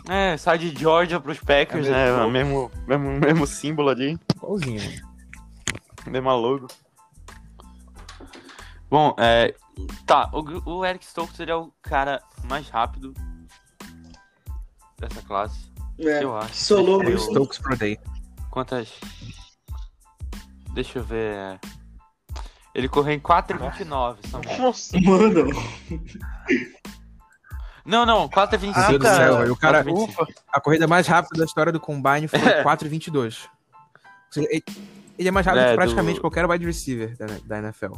Speaker 1: É, sai de Georgia pros Packers,
Speaker 3: É
Speaker 1: né?
Speaker 3: mesmo.
Speaker 1: O Mesmo, mesmo, mesmo símbolo ali,
Speaker 3: Igualzinho, né?
Speaker 1: mesmo logo. Bom, é. Tá, o, Gr- o Eric Stokes ele é o cara mais rápido dessa classe.
Speaker 4: É.
Speaker 1: Eu acho.
Speaker 4: Solou
Speaker 1: Eu-
Speaker 4: o Stokes.
Speaker 3: Stokes Pro Day.
Speaker 1: Quantas. Deixa eu ver. é. Ele correu em 4,29. só mesmo.
Speaker 2: Nossa.
Speaker 4: Mano,
Speaker 1: Não, não, 4,25.
Speaker 2: Ah,
Speaker 3: Meu Deus do
Speaker 2: tá.
Speaker 3: céu, velho. o cara.
Speaker 1: 4,25.
Speaker 2: Ufa.
Speaker 3: A corrida mais rápida da história do Combine foi
Speaker 1: É.
Speaker 3: 4,22. Ou seja, ele- Ele é mais rápido
Speaker 1: É,
Speaker 3: que praticamente
Speaker 1: do-
Speaker 3: qualquer wide receiver da, da NFL.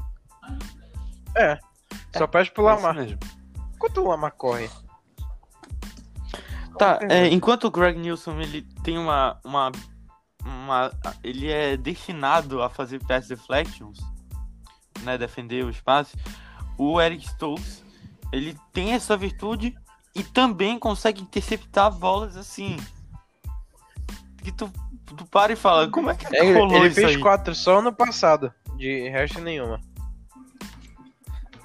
Speaker 2: Só pede pro
Speaker 1: É isso
Speaker 2: Lamar.
Speaker 1: mesmo.
Speaker 2: Quanto o Lamar corre?
Speaker 1: Tá,
Speaker 2: Não tem
Speaker 1: é, enquanto o Greg Nilsson ele tem uma, uma, uma- Ele é destinado a fazer pass deflections, né? Defender o espaço. O Eric Stokes, ele tem essa virtude e também consegue interceptar bolas assim. Que tu, tu para e fala, como é que
Speaker 2: É, ele,
Speaker 1: rolou
Speaker 2: ele
Speaker 1: isso
Speaker 2: fez
Speaker 1: aí?
Speaker 2: quatro só no passado. De resto nenhuma.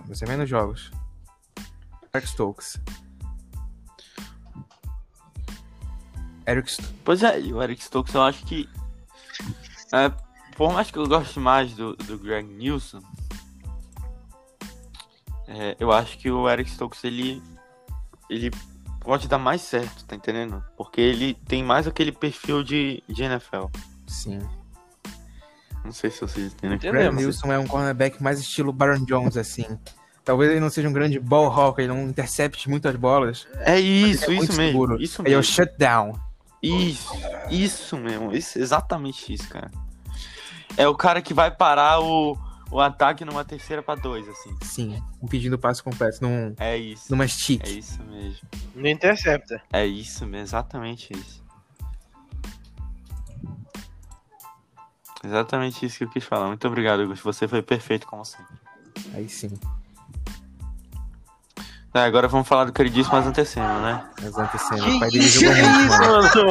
Speaker 3: Você vê nos jogos. Eric Stokes. Eric Stokes.
Speaker 1: Pois é, e o Eric Stokes eu acho que. é, por mais que eu goste mais do, do Greg Nilsson, é, eu acho que o Eric Stokes ele. ele pode dar mais certo, tá entendendo? Porque ele tem mais aquele perfil de, de NFL.
Speaker 3: Sim.
Speaker 1: Não sei se vocês entendem.
Speaker 3: Greg
Speaker 2: Entendemos.
Speaker 3: Nilsson é um cornerback mais estilo Baron Jones, assim. Talvez ele não seja um grande ball hawker, ele não intercepte muitas bolas.
Speaker 1: É isso,
Speaker 3: Ele é
Speaker 1: isso
Speaker 3: muito
Speaker 1: mesmo.
Speaker 3: seguro.
Speaker 1: Isso
Speaker 3: Ele é o
Speaker 1: mesmo.
Speaker 3: shutdown.
Speaker 1: Isso, isso mesmo. Isso, exatamente isso, cara. É o cara que vai parar o, o ataque numa terceira pra dois, assim.
Speaker 3: Sim, impedindo o passo completo num,
Speaker 1: É isso.
Speaker 3: numa stick.
Speaker 1: É isso mesmo.
Speaker 2: Não intercepta.
Speaker 1: É isso mesmo, exatamente isso. Exatamente isso que eu quis falar. Muito obrigado, Augusto. Você foi perfeito como sempre.
Speaker 3: Aí sim,
Speaker 1: Tá, agora vamos falar do queridíssimo Azanteceno, né?
Speaker 3: mas acontecendo.
Speaker 2: Que
Speaker 3: O pai dele
Speaker 2: isso,
Speaker 3: jogou
Speaker 2: que
Speaker 3: muito,
Speaker 2: é isso,
Speaker 3: mano.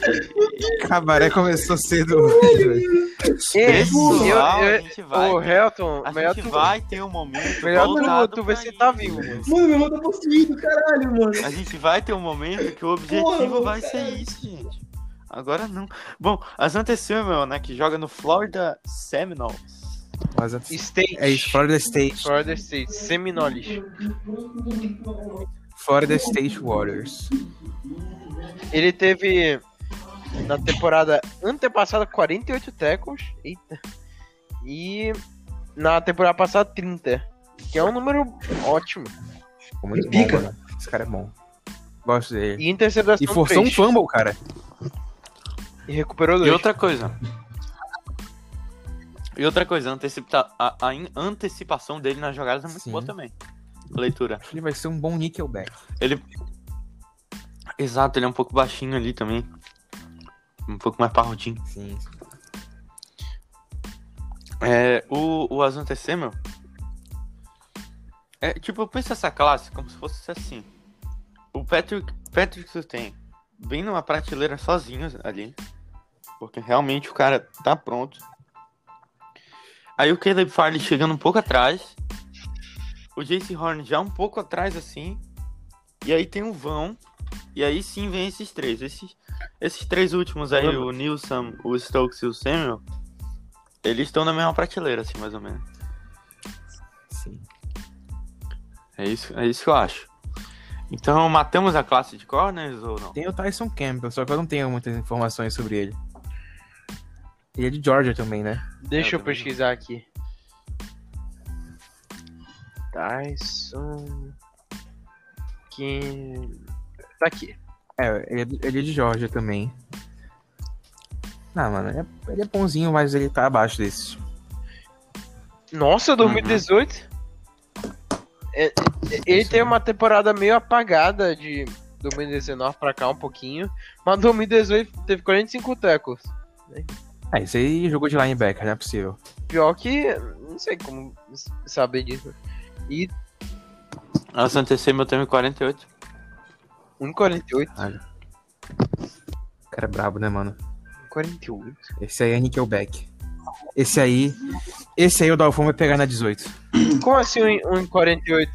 Speaker 2: mano?
Speaker 1: Gente!
Speaker 3: Cabaré começou cedo hoje.
Speaker 2: É,
Speaker 1: Pessoal, a gente vai.
Speaker 2: o Helton,
Speaker 1: a
Speaker 2: melhor
Speaker 1: gente
Speaker 2: tu,
Speaker 1: vai ter um momento
Speaker 2: melhor tu-
Speaker 1: voltado
Speaker 2: tu vai
Speaker 1: pra
Speaker 2: sentar
Speaker 1: isso.
Speaker 2: tá vivo, mano.
Speaker 4: Mano, meu irmão tá possuído, caralho, mano.
Speaker 1: A gente vai ter um momento que o
Speaker 4: Porra,
Speaker 1: objetivo
Speaker 4: mano,
Speaker 1: vai ser
Speaker 4: caralho.
Speaker 1: isso, gente. Agora não. Bom, as Silverman, né, que joga no Florida Seminoles.
Speaker 3: Mas antes-
Speaker 2: State.
Speaker 3: É isso, Florida State.
Speaker 2: Florida State, Seminoles.
Speaker 3: Florida State Warriors.
Speaker 2: Ele teve na temporada antepassada 48 tackles. Eita. E na temporada passada 30. Que é um número ótimo.
Speaker 3: Ficou muito bom,
Speaker 4: Pica.
Speaker 3: mano. Esse cara é bom. Gosto dele.
Speaker 2: E interceptação
Speaker 3: E forçou um
Speaker 2: três.
Speaker 3: fumble, cara.
Speaker 2: E recuperou
Speaker 1: E
Speaker 2: dois.
Speaker 1: outra coisa. E outra coisa, a, antecipta- a- a in- antecipação dele nas jogadas é muito
Speaker 3: Sim.
Speaker 1: boa também. Leitura.
Speaker 3: Ele vai ser um bom nickelback.
Speaker 1: Exato, ele é um pouco baixinho ali também. Um pouco mais parrudinho.
Speaker 3: Sim.
Speaker 1: É, o, o Azante Semel. É, tipo, eu penso essa classe como se fosse assim. O Patrick, Patrick tem bem numa prateleira sozinho ali. Porque realmente o cara tá pronto. Aí o Caleb Farley chegando um pouco atrás. O JC Horn já um pouco atrás assim. E aí tem o Vão. E aí sim vem esses três. Esses, esses três últimos aí, o Nilson, o Stokes e o Samuel. Eles estão na mesma prateleira, assim, mais ou menos.
Speaker 3: Sim.
Speaker 1: É isso, é isso que eu acho. Então, matamos a classe de corners ou não?
Speaker 3: Tem o Tyson Campbell, só que eu não tenho muitas informações sobre ele. Ele é de Georgia também, né?
Speaker 2: Deixa
Speaker 1: É,
Speaker 2: eu
Speaker 1: também.
Speaker 2: pesquisar aqui. Tyson. Que. Tá aqui.
Speaker 3: É, ele é, do- ele é de Georgia também. Não, mano, ele é, ele é bonzinho, mas ele tá abaixo desses.
Speaker 1: Uhum.
Speaker 2: Nossa, 2018? É, é, ele teve uma temporada meio apagada de 2019 pra cá um pouquinho. Mas 2018 teve 45 tackles.
Speaker 3: Ah, isso aí jogou de linebacker, não é possível.
Speaker 2: Pior que. Não sei como s- saber disso. E
Speaker 1: A Santa Sema teve 48.
Speaker 2: 1,48.
Speaker 3: O cara é brabo, né, mano?
Speaker 2: 48.
Speaker 3: Esse aí é Nickelback. Esse aí. Esse aí o Dalfon vai pegar na 18.
Speaker 2: Como assim 1,48?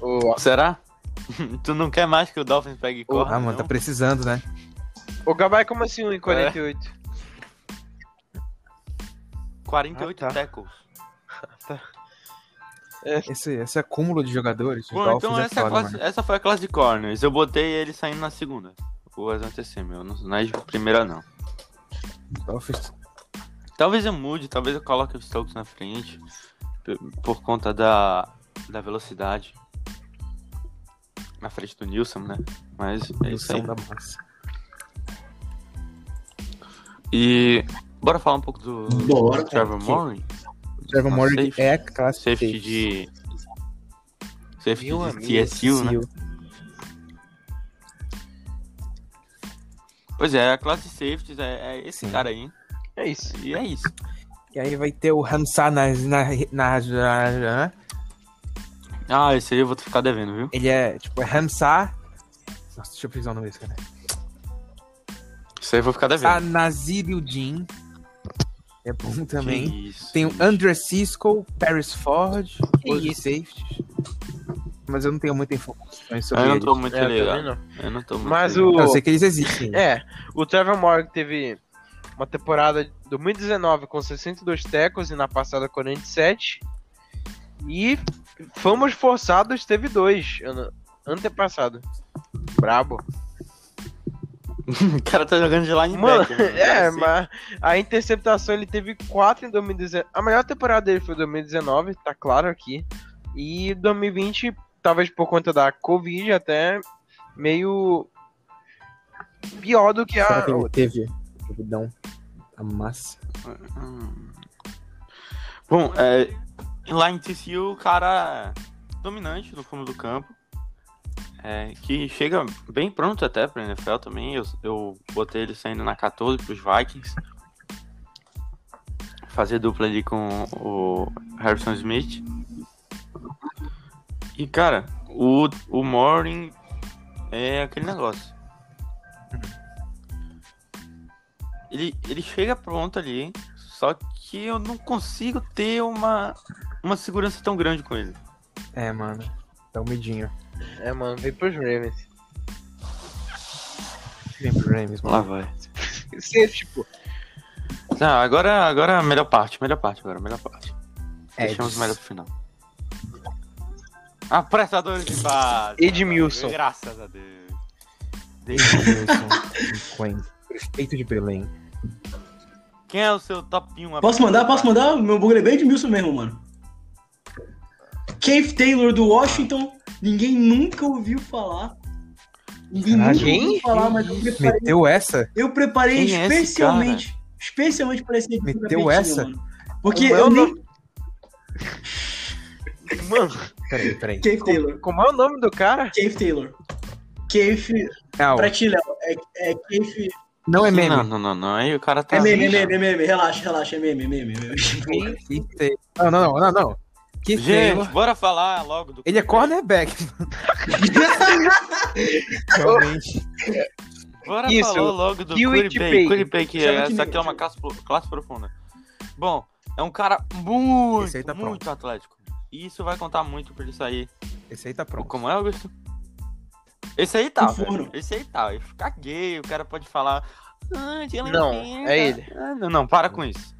Speaker 2: Ô,
Speaker 1: Será? tu não quer mais que o Dolphins pegue corner?
Speaker 3: Ah, mano, tá
Speaker 1: não?
Speaker 3: precisando, né?
Speaker 2: ô Gabai, como assim 1,48?
Speaker 1: 48
Speaker 2: Ah, tá.
Speaker 1: tackles.
Speaker 3: Esse, esse é acúmulo de jogadores. o
Speaker 1: Bom,
Speaker 3: Dolphins
Speaker 1: então
Speaker 3: é
Speaker 1: essa,
Speaker 3: foda,
Speaker 1: classe-
Speaker 3: mano.
Speaker 1: essa foi a classe de corners. Eu botei ele saindo na segunda. O Azante Sema, eu não, não é de primeira não.
Speaker 3: O Dolphins-
Speaker 1: É Talvez eu mude, talvez eu coloque o Stokes na frente. p- Por conta da, da velocidade. Na frente do Nilson, né? Mas é isso aí.
Speaker 3: são da massa.
Speaker 1: E bora falar um pouco do
Speaker 4: Bora,
Speaker 1: do Trevor Moore,
Speaker 3: O Trevor
Speaker 1: Ah,
Speaker 3: Morgan
Speaker 1: safety.
Speaker 3: é a classe
Speaker 1: safety de safety
Speaker 2: Meu amigo,
Speaker 1: de TSU, né? Pois é, a classe safety é, é esse
Speaker 3: Sim.
Speaker 1: cara aí.
Speaker 2: É isso.
Speaker 1: E é isso.
Speaker 3: E aí vai ter o Hamza na, na, na, na- né?
Speaker 1: Ah, esse aí eu vou ficar devendo, viu?
Speaker 3: Ele é tipo é Hamza. Nossa, deixa eu pesquisar o nome desse cara.
Speaker 1: Isso aí eu vou ficar devendo.
Speaker 3: Tá Naziriudin. É bom também.
Speaker 1: Que isso.
Speaker 3: Tem o André Cisco, Paris Ford, os safeties. Mas eu não tenho muita informação sobre
Speaker 1: Ah, Eu não
Speaker 3: eles.
Speaker 1: tô muito
Speaker 2: É, também
Speaker 1: ligado.
Speaker 2: não.
Speaker 1: Eu não tô muito
Speaker 2: Mas
Speaker 1: ligado.
Speaker 2: o.
Speaker 3: Eu sei que eles existem.
Speaker 2: É, o Trevor Morgan teve uma temporada de 2019 com 62 tecos e na passada 47. E fomos forçados, teve dois ano, antepassado. Brabo.
Speaker 1: o cara tá jogando de
Speaker 2: Mano,
Speaker 1: linebacker. né?
Speaker 2: é,
Speaker 1: Assim,
Speaker 2: mas a interceptação ele teve 4 em 2019. A melhor temporada dele foi 2019, tá claro aqui. E 2020, talvez por conta da Covid, até meio pior do que
Speaker 3: Será
Speaker 2: a
Speaker 3: que ele teve? Duvidão. A massa.
Speaker 1: hum. Bom, é, lá em TCU, o cara é dominante no fundo do campo, é, que chega bem pronto até pra NFL também. Eu, eu botei ele saindo na 14 pros Vikings. Fazer dupla ali com o Harrison Smith. E, cara, o, o Morin é aquele negócio. ele, ele chega pronto ali, só que eu não consigo ter uma, uma segurança tão grande com ele.
Speaker 3: É, mano. Dá um medinho.
Speaker 2: É, mano, vem pros Ravens.
Speaker 3: Vem pro Rams, mano.
Speaker 1: Lá vai.
Speaker 2: Você, tipo,
Speaker 1: Não, ah, agora, agora a melhor parte, melhor parte agora, melhor parte.
Speaker 3: É,
Speaker 1: Deixamos
Speaker 3: isso.
Speaker 1: o melhor pro final. Apressadores de base.
Speaker 2: Edmilson.
Speaker 1: Graças a Deus.
Speaker 3: Wilson, 50. Prefeito de Belém.
Speaker 1: Quem é o seu top 1?
Speaker 4: Posso mandar? Posso mandar? Meu bugre é bem de Wilson mesmo, mano. Keith Taylor do Washington, ninguém nunca ouviu falar. Ninguém
Speaker 3: Caralho,
Speaker 4: nunca ouviu
Speaker 2: quem?
Speaker 4: falar, mas eu preparei,
Speaker 3: Meteu essa?
Speaker 4: eu preparei
Speaker 1: Quem é esse
Speaker 4: especialmente, especialmente para esse episódio
Speaker 3: Meteu
Speaker 4: da Petinha,
Speaker 3: essa?
Speaker 4: mano. Porque
Speaker 2: O meu
Speaker 4: eu nem...
Speaker 2: mano,
Speaker 3: Peraí, peraí.
Speaker 4: Keith Taylor.
Speaker 2: como é o nome do cara?
Speaker 4: Keith Taylor. Keith...
Speaker 3: Não,
Speaker 4: Pra ti, Léo. É, é Keith...
Speaker 3: não é meme.
Speaker 1: Não, não, não, não. Aí o cara tá.
Speaker 4: É meme, é meme, é meme. Relaxa, relaxa. É meme, é meme, é meme.
Speaker 3: Keith Taylor. Não, não, não, não, não. Keith
Speaker 1: Gente,
Speaker 3: Taylor.
Speaker 1: bora falar logo do.
Speaker 3: Ele é cornerback. Realmente.
Speaker 1: Bora
Speaker 2: Isso,
Speaker 1: falar logo do
Speaker 2: Kiwi
Speaker 1: Curipay.
Speaker 2: Tipei.
Speaker 1: Curipay, que
Speaker 4: Chama
Speaker 1: é,
Speaker 4: de
Speaker 1: essa
Speaker 4: mim,
Speaker 1: aqui é uma
Speaker 4: chama.
Speaker 1: classe, classe profunda. Bom, é um cara muito,
Speaker 3: Esse aí tá
Speaker 1: muito atlético. E isso vai contar muito pra ele sair.
Speaker 3: Esse aí tá
Speaker 1: Pronto.
Speaker 3: pronto.
Speaker 1: Como é, Augusto? Esse aí tá,
Speaker 4: Um forno.
Speaker 1: velho. Esse aí tá. Ele fica gay, o cara pode falar. "Ah, Dylan
Speaker 2: Não,
Speaker 1: Pena".
Speaker 2: é ele.
Speaker 1: Ah, não, não, para com isso.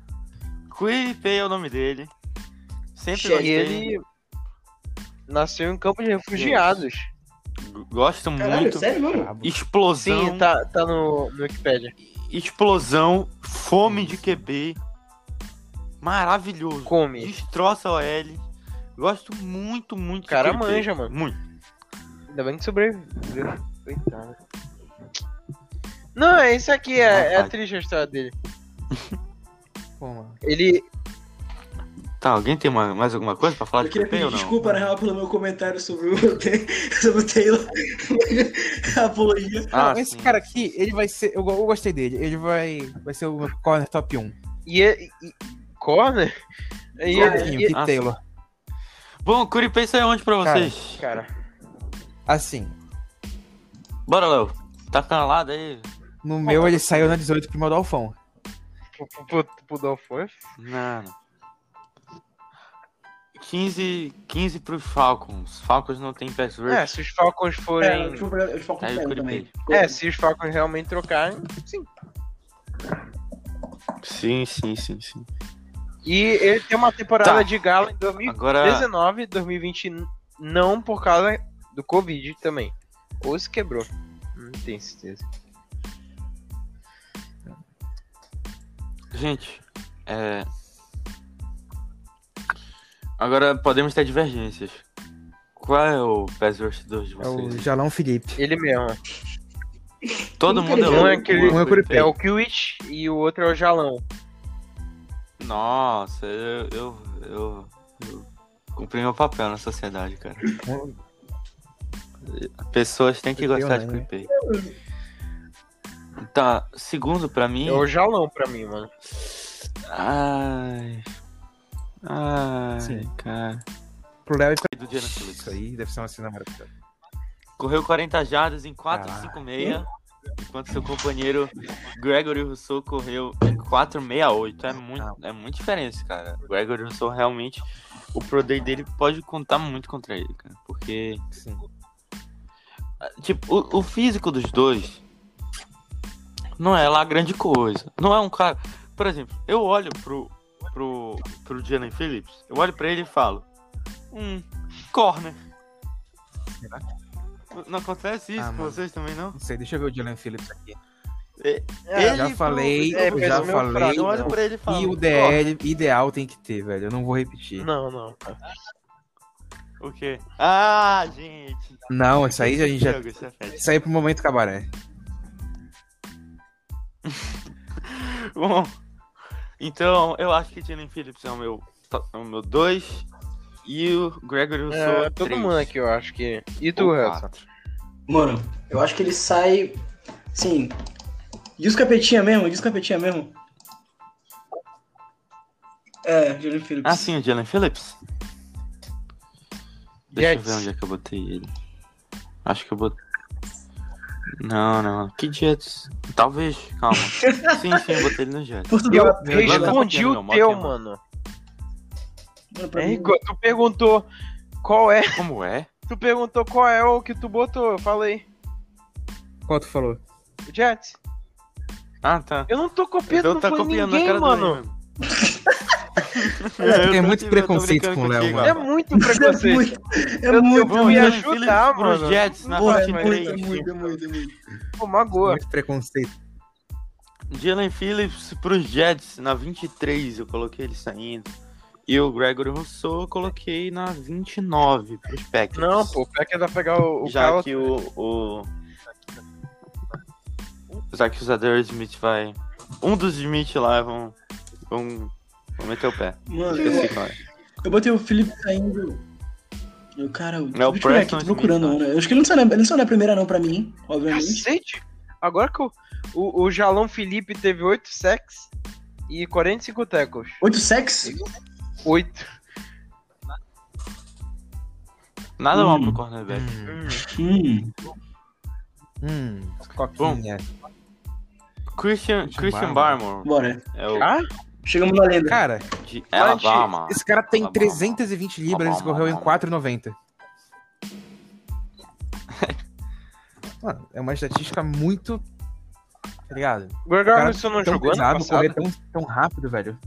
Speaker 1: Curipay é o nome dele. Sempre
Speaker 2: E
Speaker 1: gostei.
Speaker 2: ele nasceu em campo de refugiados.
Speaker 1: G- Gosto
Speaker 4: Caralho,
Speaker 1: muito.
Speaker 4: sério mesmo?
Speaker 3: Brabo.
Speaker 1: Explosão.
Speaker 2: Sim, tá, tá no, no Wikipedia.
Speaker 1: Explosão. Fome de QB. Maravilhoso.
Speaker 2: Come.
Speaker 1: Destroça o L. Gosto muito, muito.
Speaker 2: O cara
Speaker 1: do QB.
Speaker 2: manja, mano.
Speaker 1: Muito.
Speaker 2: Ainda bem que sobreviveu. Coitado. Não, é isso aqui, é, é
Speaker 1: Rapaz.
Speaker 2: triste a história dele.
Speaker 3: Pô, mano.
Speaker 2: Ele.
Speaker 1: Tá, alguém tem uma- mais alguma coisa pra falar
Speaker 4: Eu
Speaker 1: de
Speaker 4: queria
Speaker 1: QB
Speaker 4: pedir
Speaker 1: ou não?
Speaker 4: desculpa, na real, pelo meu comentário sobre o, sobre o Taylor. a apologia.
Speaker 1: Ah,
Speaker 3: Não, esse
Speaker 1: sim.
Speaker 3: cara aqui, ele vai ser. Eu, go- eu gostei dele. Ele vai, vai ser o meu corner top 1.
Speaker 2: E. e, e corner? E,
Speaker 3: Gordinho,
Speaker 2: e,
Speaker 3: Keith
Speaker 1: Ah,
Speaker 3: um, Taylor.
Speaker 1: Bom, Curipê saiu onde pra
Speaker 3: Cara,
Speaker 1: vocês?
Speaker 2: cara.
Speaker 3: Assim,
Speaker 1: Bora, Léo. Tá calado aí?
Speaker 3: no
Speaker 1: tá
Speaker 3: meu ele saiu na 18 pro meu Dalfão.
Speaker 2: Pro, pro, pro, pro Dolphin é
Speaker 1: Não. não. 15, 15 pros Falcons. Falcons não tem pass rush.
Speaker 2: É, se os Falcons
Speaker 4: É,
Speaker 2: forem.
Speaker 4: eu te falo- eu te falo com o
Speaker 1: Aí,
Speaker 4: Taylor
Speaker 1: Curipê.
Speaker 4: também.
Speaker 2: É, se os Falcons realmente trocarem, sim.
Speaker 1: É. Sim, sim, sim, sim.
Speaker 2: E ele tem uma temporada
Speaker 1: Tá.
Speaker 2: de galo em 2019
Speaker 1: Agora,
Speaker 2: 2020, não por causa do Covid também. Ou se quebrou. Não tenho certeza.
Speaker 1: gente, é... Agora podemos ter divergências. Qual é o pass rush 2 de
Speaker 3: É o
Speaker 1: vocês?
Speaker 3: Jalão Felipe.
Speaker 2: Ele mesmo.
Speaker 1: Todo
Speaker 4: Quem
Speaker 1: mundo
Speaker 4: tá
Speaker 1: é louco.
Speaker 4: ligado?
Speaker 2: Um é aquele-
Speaker 3: um é o Curipê.
Speaker 2: É o Kiwit e o outro é o Jalão.
Speaker 1: Nossa, eu, eu, eu, eu cumpri meu papel na sociedade, cara. Pessoas têm que
Speaker 3: Eu
Speaker 1: gostar de
Speaker 3: não, né?
Speaker 1: Clipei. Tá, segundo pra mim.
Speaker 2: É o Jalão pra mim, mano.
Speaker 1: Ai. Ai,
Speaker 3: Sim.
Speaker 1: cara.
Speaker 3: Pro Léo
Speaker 1: Do
Speaker 3: ele
Speaker 1: Jalen Phillips.
Speaker 3: Isso aí deve ser uma cena maravilhosa.
Speaker 1: Correu 40 jardas em
Speaker 3: Caralho.
Speaker 1: 4,56, enquanto seu companheiro Gregory Rousseau correu em 4,68. É muito, é muito diferença, cara. O Gregory Rousseau realmente, o pro day dele pode contar muito contra ele, cara. Porque,
Speaker 3: Sim.
Speaker 1: tipo, o, o físico dos dois não é lá grande coisa. Não é um cara. Por exemplo, eu olho pro, pro, pro Jalen Phillips, eu olho pra ele e falo: Hum, corner. Não- Não acontece isso
Speaker 3: Ah,
Speaker 1: com
Speaker 3: mano.
Speaker 1: vocês também, não?
Speaker 3: Não sei, deixa eu ver o Jalen Phillips aqui.
Speaker 1: Ele
Speaker 3: já
Speaker 1: pro-
Speaker 3: falei,
Speaker 1: é,
Speaker 3: eu
Speaker 1: fez
Speaker 3: já
Speaker 1: o meu
Speaker 3: falei.
Speaker 1: frase, Eu olho
Speaker 2: não.
Speaker 1: pra ele e falo.
Speaker 3: E o DL ideal tem que ter, velho. Eu não vou repetir.
Speaker 2: Não, não.
Speaker 1: "Ó, O quê? Ah, gente.
Speaker 3: Não, isso aí a gente já.
Speaker 1: Diogo, isso é fede.
Speaker 3: Isso aí pro momento cabaré.
Speaker 1: Bom, então eu acho que Jalen Phillips é o meu 2 é o meu dois, e o Gregory Rousseau
Speaker 2: É,
Speaker 1: é,
Speaker 2: todo
Speaker 1: três,
Speaker 2: mundo aqui, eu acho que. E
Speaker 1: ou
Speaker 2: tu, Hanson?
Speaker 1: quatro.
Speaker 4: Mano, eu acho que ele sai. Sim. Diz o capetinha mesmo, diz o capetinha mesmo. É, Jalen Phillips.
Speaker 1: Ah, sim, o Jalen Phillips? Deixa eu ver
Speaker 2: Jets.
Speaker 1: é onde é que eu botei ele. Acho que eu botei. Não, não. Que Jets? Talvez, calma. sim, sim, eu botei ele no Jets.
Speaker 2: Eu
Speaker 4: Portugal.
Speaker 1: Meu irmão tá
Speaker 2: respondi
Speaker 1: pequeno, meu irmão,
Speaker 2: o teu,
Speaker 1: pequeno.
Speaker 2: mano.
Speaker 4: Não, pra
Speaker 2: É,
Speaker 4: mim,
Speaker 2: Igor, tu perguntou qual é.
Speaker 1: Como é?
Speaker 2: Tu perguntou qual é o que tu botou. Eu falei,
Speaker 3: Qual tu falou?
Speaker 2: o Jets.
Speaker 1: Ah, tá.
Speaker 2: Eu não tô copiando,
Speaker 1: Eu
Speaker 2: não
Speaker 1: tá
Speaker 2: foi
Speaker 1: copiando a
Speaker 2: ninguém,
Speaker 1: cara
Speaker 2: mano.
Speaker 1: do
Speaker 3: É, tem muito preconceito com o Léo, mano.
Speaker 2: É muito
Speaker 4: É
Speaker 2: preconceito.
Speaker 4: muito, é
Speaker 2: Eu-
Speaker 4: muito,
Speaker 2: eu me
Speaker 4: muito,
Speaker 2: ajudar, mano.
Speaker 1: Jets na
Speaker 4: porra,
Speaker 1: parte
Speaker 4: é muito, é
Speaker 1: 3.
Speaker 4: muito, é muito, é muito.
Speaker 2: Pô, magoa.
Speaker 3: Muito preconceito.
Speaker 1: Jalen Phillips pros Jets na 23, eu coloquei ele saindo. E o Gregory Rousseau eu coloquei na 29 pros Packers.
Speaker 2: Não, pô, o Packers vai pegar o, o
Speaker 1: já
Speaker 2: Carlos-
Speaker 1: que o, o. Já que o Zadar Smith vai. Um dos Smith lá vão. vão, vão meter o pé.
Speaker 4: Mano,
Speaker 1: Eu sei
Speaker 4: eu,
Speaker 1: qual é.
Speaker 4: eu botei o Felipe saindo. Eu, cara, eu,
Speaker 1: É o
Speaker 4: deixa eu olhar aqui,
Speaker 1: Preston
Speaker 4: tô
Speaker 1: Smith,
Speaker 4: procurando,
Speaker 1: eu
Speaker 4: mano. Eu acho que ele não saiu na, ele não saiu na primeira, não, pra mim, obviamente.
Speaker 2: Cacete! Agora que o, o, o Jalão Felipe teve 8 sacks e 45 tackles.
Speaker 4: Oito sex?
Speaker 2: 8.
Speaker 1: Nada mal
Speaker 4: Hum.
Speaker 1: pro cornerback.
Speaker 4: Hum.
Speaker 3: Hum, coquinha.
Speaker 1: Christian,
Speaker 3: Christian
Speaker 1: Christian
Speaker 3: Barmore.
Speaker 1: Barmore
Speaker 4: Bora.
Speaker 1: é o
Speaker 2: Ah,
Speaker 4: Chegamos na lenda.
Speaker 3: Cara,
Speaker 1: de Alabama.
Speaker 3: esse cara tem
Speaker 1: Tá bom.
Speaker 3: 320 libras e
Speaker 1: Tá bom,
Speaker 3: correu em
Speaker 1: tá bom.
Speaker 3: 4,90. Mano, é uma estatística muito. Tá ligado?
Speaker 2: o Gregor Wilson não
Speaker 3: tão
Speaker 2: jogou ano
Speaker 3: pesado,
Speaker 2: passado?
Speaker 3: correr tão, tão rápido, velho.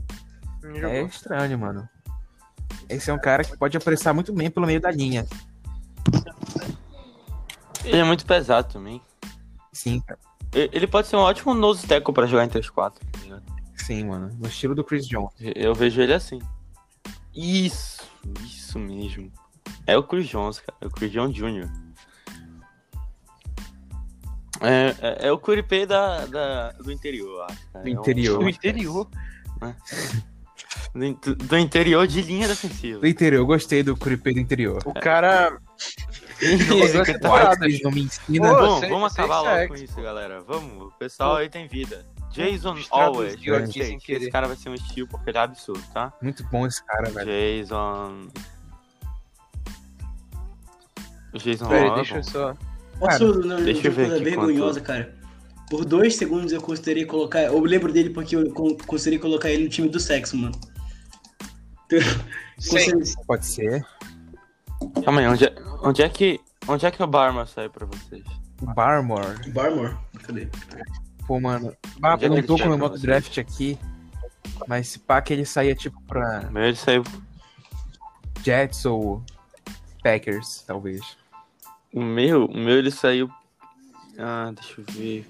Speaker 2: Não
Speaker 3: É
Speaker 2: jogou.
Speaker 3: estranho, mano. Esse é um cara que pode apressar muito bem pelo meio da linha.
Speaker 1: Ele é muito pesado também.
Speaker 3: Sim,
Speaker 1: E- Ele pode ser um ótimo nose tackle pra jogar entre as quatro. tá ligado?
Speaker 3: sim, mano. No estilo do Chris Jones.
Speaker 1: Eu vejo ele assim. Isso, isso mesmo. É o Chris Jones, cara. É o Chris Jones Jr. É, é, é o Curipê da, da- do interior, eu acho. cara.
Speaker 3: Do
Speaker 1: É um-
Speaker 3: interior.
Speaker 1: é um-
Speaker 2: O interior.
Speaker 1: Do, in- do interior de linha defensiva.
Speaker 3: Do interior, eu gostei do Curipe do interior.
Speaker 2: O cara.
Speaker 1: Isso,
Speaker 2: essa
Speaker 1: cara.
Speaker 2: parada,
Speaker 3: Eles não me ensinam.
Speaker 2: Pô,
Speaker 1: Bom,
Speaker 2: sem-
Speaker 1: vamos
Speaker 2: sem
Speaker 1: acabar logo com
Speaker 2: sexo.
Speaker 1: isso, galera. Vamos, o pessoal aí tem vida. Jason
Speaker 2: Traduziu
Speaker 1: Always.
Speaker 2: aqui
Speaker 1: ok,
Speaker 2: sem querer.
Speaker 1: Esse cara vai ser um estilo porque ele é absurdo, tá?
Speaker 3: Muito bom esse cara, velho.
Speaker 1: Jason. Jason
Speaker 2: Peraí,
Speaker 1: Always.
Speaker 2: deixa eu só.
Speaker 4: Posso não,
Speaker 1: deixa
Speaker 4: dizer
Speaker 1: eu ver
Speaker 4: coisa
Speaker 1: aqui
Speaker 4: vergonhosa, cara. Por dois segundos eu considerei colocar. Eu lembro dele porque eu con- considerei colocar ele no time do sexo, mano.
Speaker 2: Sim.
Speaker 4: Considerei-
Speaker 3: Pode ser.
Speaker 1: Calma aí, onde é, onde é que. Onde é que o Barma saiu pra vocês?
Speaker 3: Barmore.
Speaker 4: Barmore? Cadê?
Speaker 3: Pô, mano.
Speaker 2: Ah,
Speaker 1: Onde é
Speaker 3: Eu não
Speaker 1: que
Speaker 3: tô
Speaker 1: ele saiu
Speaker 3: com o meu
Speaker 1: pra
Speaker 3: mock
Speaker 1: vocês?
Speaker 3: draft aqui. Mas se pá que ele saía tipo pra
Speaker 1: O Meu, ele saiu.
Speaker 3: Jets ou Packers, talvez.
Speaker 1: O meu, o meu ele saiu. Ah, deixa eu ver.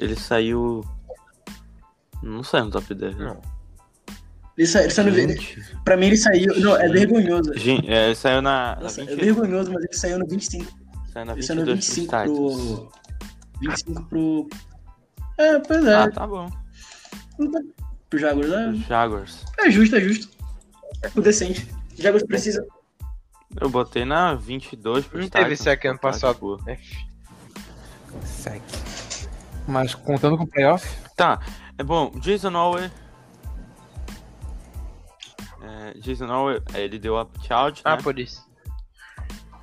Speaker 1: Ele saiu. Não saiu no top 10. né?
Speaker 2: Não. tá
Speaker 4: Ele sa- ele saiu. no- ele-
Speaker 1: Gente.
Speaker 4: Pra mim ele saiu. Não, é vergonhoso.
Speaker 1: Gente, é, ele saiu na. na
Speaker 4: Nossa, é
Speaker 1: 20,
Speaker 4: vergonhoso, mas ele saiu no 25.
Speaker 1: saiu na
Speaker 4: Ele saiu é no
Speaker 1: 22 pros
Speaker 4: 25
Speaker 1: Titans.
Speaker 4: pro. 25 pro. É, pois é.
Speaker 1: Ah, tá bom.
Speaker 2: Ah.
Speaker 4: Pro Jaguars.
Speaker 1: Os
Speaker 4: É,
Speaker 1: Jaguars.
Speaker 4: é justo, é justo. O decente. O Jaguars precisa.
Speaker 1: Eu botei na 22 pros
Speaker 2: Não teve
Speaker 1: Titans,
Speaker 2: sack ano
Speaker 1: tá,
Speaker 2: passado.
Speaker 1: tipo.
Speaker 3: Segue. Mas contando com o playoff,
Speaker 1: Tá, é bom, Jason Owe. É, Jason Owe, ele deu opt-out,
Speaker 2: Ah,
Speaker 1: né?
Speaker 2: por isso.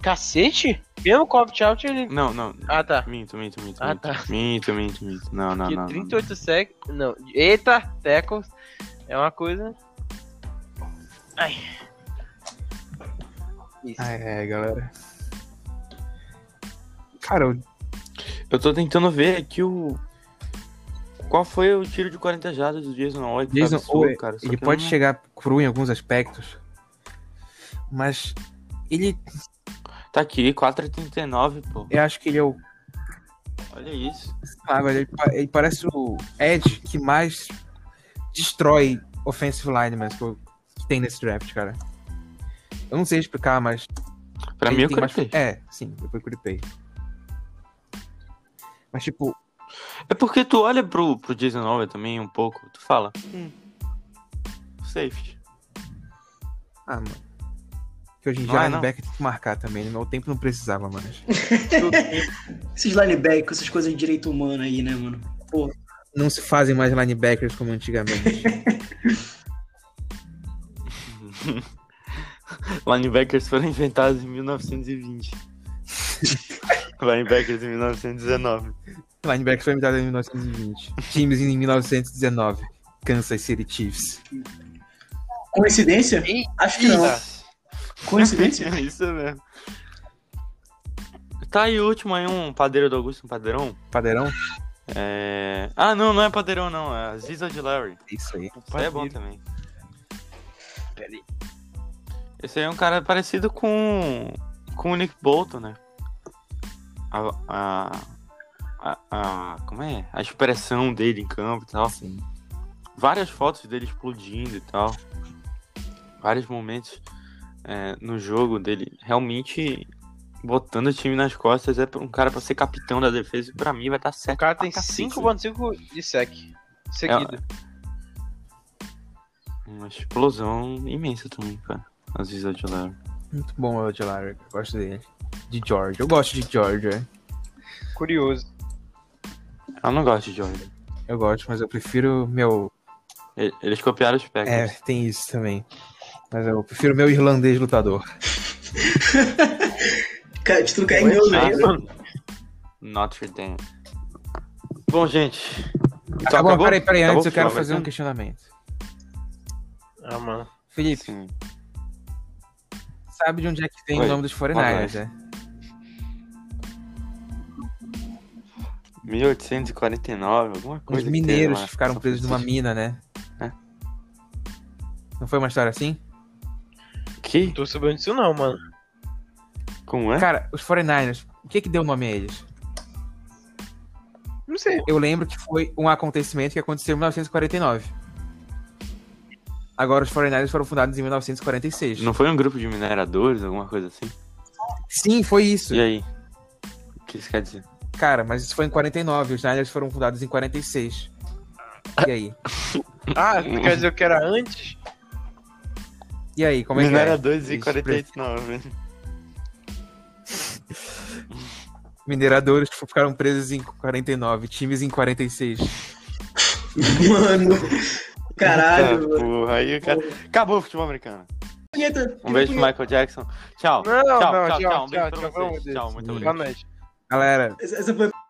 Speaker 2: Cacete? Mesmo com o opt-out ele.
Speaker 1: Não, não,
Speaker 2: Ah, tá.
Speaker 1: minto, minto, minto,
Speaker 2: Ah,
Speaker 1: minto.
Speaker 2: tá.
Speaker 1: Minto, minto, minto. Não, não,
Speaker 2: Que
Speaker 1: não. não,
Speaker 2: 38 sec. Não. Eita, tackles. É uma coisa. Ai. Isso.
Speaker 3: Ah, é, galera. Cara, eu-
Speaker 1: não. Eu tô tentando ver aqui o... Qual foi o tiro de 40 jardas do Jason Owe? que
Speaker 3: Jason
Speaker 1: absurdo,
Speaker 3: Owe,
Speaker 1: cara, só um.
Speaker 3: ele
Speaker 1: que
Speaker 3: pode
Speaker 1: não-
Speaker 3: chegar cru em alguns aspectos, mas ele,
Speaker 1: Tá aqui, 4,39, pô.
Speaker 3: eu acho que ele é o,
Speaker 1: Olha isso.
Speaker 3: ah, velho, ele, pa- ele parece o Ed que mais destrói offensive linemen que eu- que tem nesse draft, cara. Eu não sei explicar, mas
Speaker 1: Pra
Speaker 3: ele
Speaker 1: mim, eu
Speaker 3: tem mais...
Speaker 1: quero ver.
Speaker 3: É, sim, eu curipei. Mas tipo,
Speaker 1: É porque tu olha pro, pro Jason Owe também um pouco, tu fala... Hum, safety.
Speaker 3: ah, mano. Que hoje em
Speaker 1: Não
Speaker 3: dia
Speaker 1: é,
Speaker 3: linebacker tem que marcar também, no meu tempo não precisava mais.
Speaker 4: Esses linebackers, essas coisas de direito humano aí, né, mano?
Speaker 3: não se fazem mais linebackers como antigamente.
Speaker 1: Linebackers foram inventados em 1920. Linebackers em 1919.
Speaker 3: Linebacker foi imitado em 1920. Times em 1919. Kansas City Chiefs.
Speaker 4: Coincidência?
Speaker 2: Ih,
Speaker 4: Acho que não. Coincidência?
Speaker 1: É isso mesmo. Tá aí o último aí, um padeiro do Augusto, um padeirão.
Speaker 3: Padeirão?
Speaker 1: É... Ah, não, não é padeirão, não. É Ziza de Larry.
Speaker 3: É Isso aí.
Speaker 1: Isso aí é bom também.
Speaker 2: Pera aí.
Speaker 1: Esse aí é um cara parecido com, com o Nick Bolton, né? A, a, a, a- Como é? A expressão dele em campo e tal.
Speaker 3: Sim.
Speaker 1: Várias fotos dele explodindo e tal. Vários momentos é, no jogo dele realmente botando o time nas costas. É pra um cara pra ser capitão da defesa. e Pra mim vai dar certo.
Speaker 2: O cara tem
Speaker 1: pra Tá cacete, né? É
Speaker 2: 5.5 de sec. Seguido.
Speaker 1: Uma explosão imensa também, cara. Às vezes eu te levo.
Speaker 3: Muito bom o Odilari. Gosto dele. De Georgia. Eu gosto de é. Georgia.
Speaker 1: É.
Speaker 2: Curioso.
Speaker 1: Eu não gosto de Jordan.
Speaker 3: Eu gosto, mas eu prefiro meu.
Speaker 1: E- Eles copiaram os Packers.
Speaker 3: É, tem isso também. Mas eu prefiro meu irlandês lutador.
Speaker 4: Cara, título caiu em meu,
Speaker 2: Ah,
Speaker 4: velho.
Speaker 1: Notre Dame. Bom, gente. então
Speaker 3: Acabou, peraí,
Speaker 1: Acabou
Speaker 3: peraí.
Speaker 1: né?
Speaker 3: Antes
Speaker 1: o
Speaker 3: eu
Speaker 1: futebol
Speaker 3: quero fazer um
Speaker 1: americano?
Speaker 3: questionamento.
Speaker 2: Ah, mano.
Speaker 3: Felipe,
Speaker 1: Sim.
Speaker 3: sabe de onde é que vem
Speaker 1: Oi,
Speaker 3: o nome dos 49ers, né?
Speaker 1: 1849, alguma coisa.
Speaker 3: Os
Speaker 1: que
Speaker 3: mineiros
Speaker 1: teve lá.
Speaker 3: que ficaram
Speaker 1: São
Speaker 3: presos numa
Speaker 1: Francisco.
Speaker 3: mina, né?
Speaker 1: É.
Speaker 3: Não foi uma história assim?
Speaker 1: Que?
Speaker 2: Não tô sabendo disso não, mano.
Speaker 1: Como é?
Speaker 3: Cara, os 49ers, o que que deu nome a eles?
Speaker 2: Não sei.
Speaker 3: Eu lembro que foi um acontecimento que aconteceu em 1949. Agora, os 49ers foram fundados em 1946.
Speaker 1: Não foi um grupo de mineradores, alguma coisa assim?
Speaker 3: Sim, foi isso.
Speaker 1: E aí? O que isso quer dizer?
Speaker 3: Cara, mas isso foi em 49. Os Niners foram fundados em 46. E aí?
Speaker 2: Ah, quer dizer que era antes?
Speaker 3: E aí, como é que é?
Speaker 1: mineradores
Speaker 3: Eles
Speaker 1: e 49.
Speaker 3: Mineradores que ficaram presos em 49, times em 46.
Speaker 4: Mano. Caralho,
Speaker 1: Eita
Speaker 4: mano.
Speaker 1: Tá, porra, aí o cara... Acabou o futebol americano.
Speaker 4: Punheta,
Speaker 1: Um beijo pro Michael Jackson. Tchau.
Speaker 2: Não,
Speaker 1: tchau,
Speaker 2: não,
Speaker 1: tchau,
Speaker 2: tchau,
Speaker 1: tchau. Um beijo
Speaker 2: tchau,
Speaker 1: pra
Speaker 2: tchau,
Speaker 1: vocês.
Speaker 2: vamos
Speaker 1: Tchau, muito
Speaker 3: Sim.
Speaker 1: obrigado.
Speaker 2: Boa noite.
Speaker 3: Galera,
Speaker 4: Essa essa foi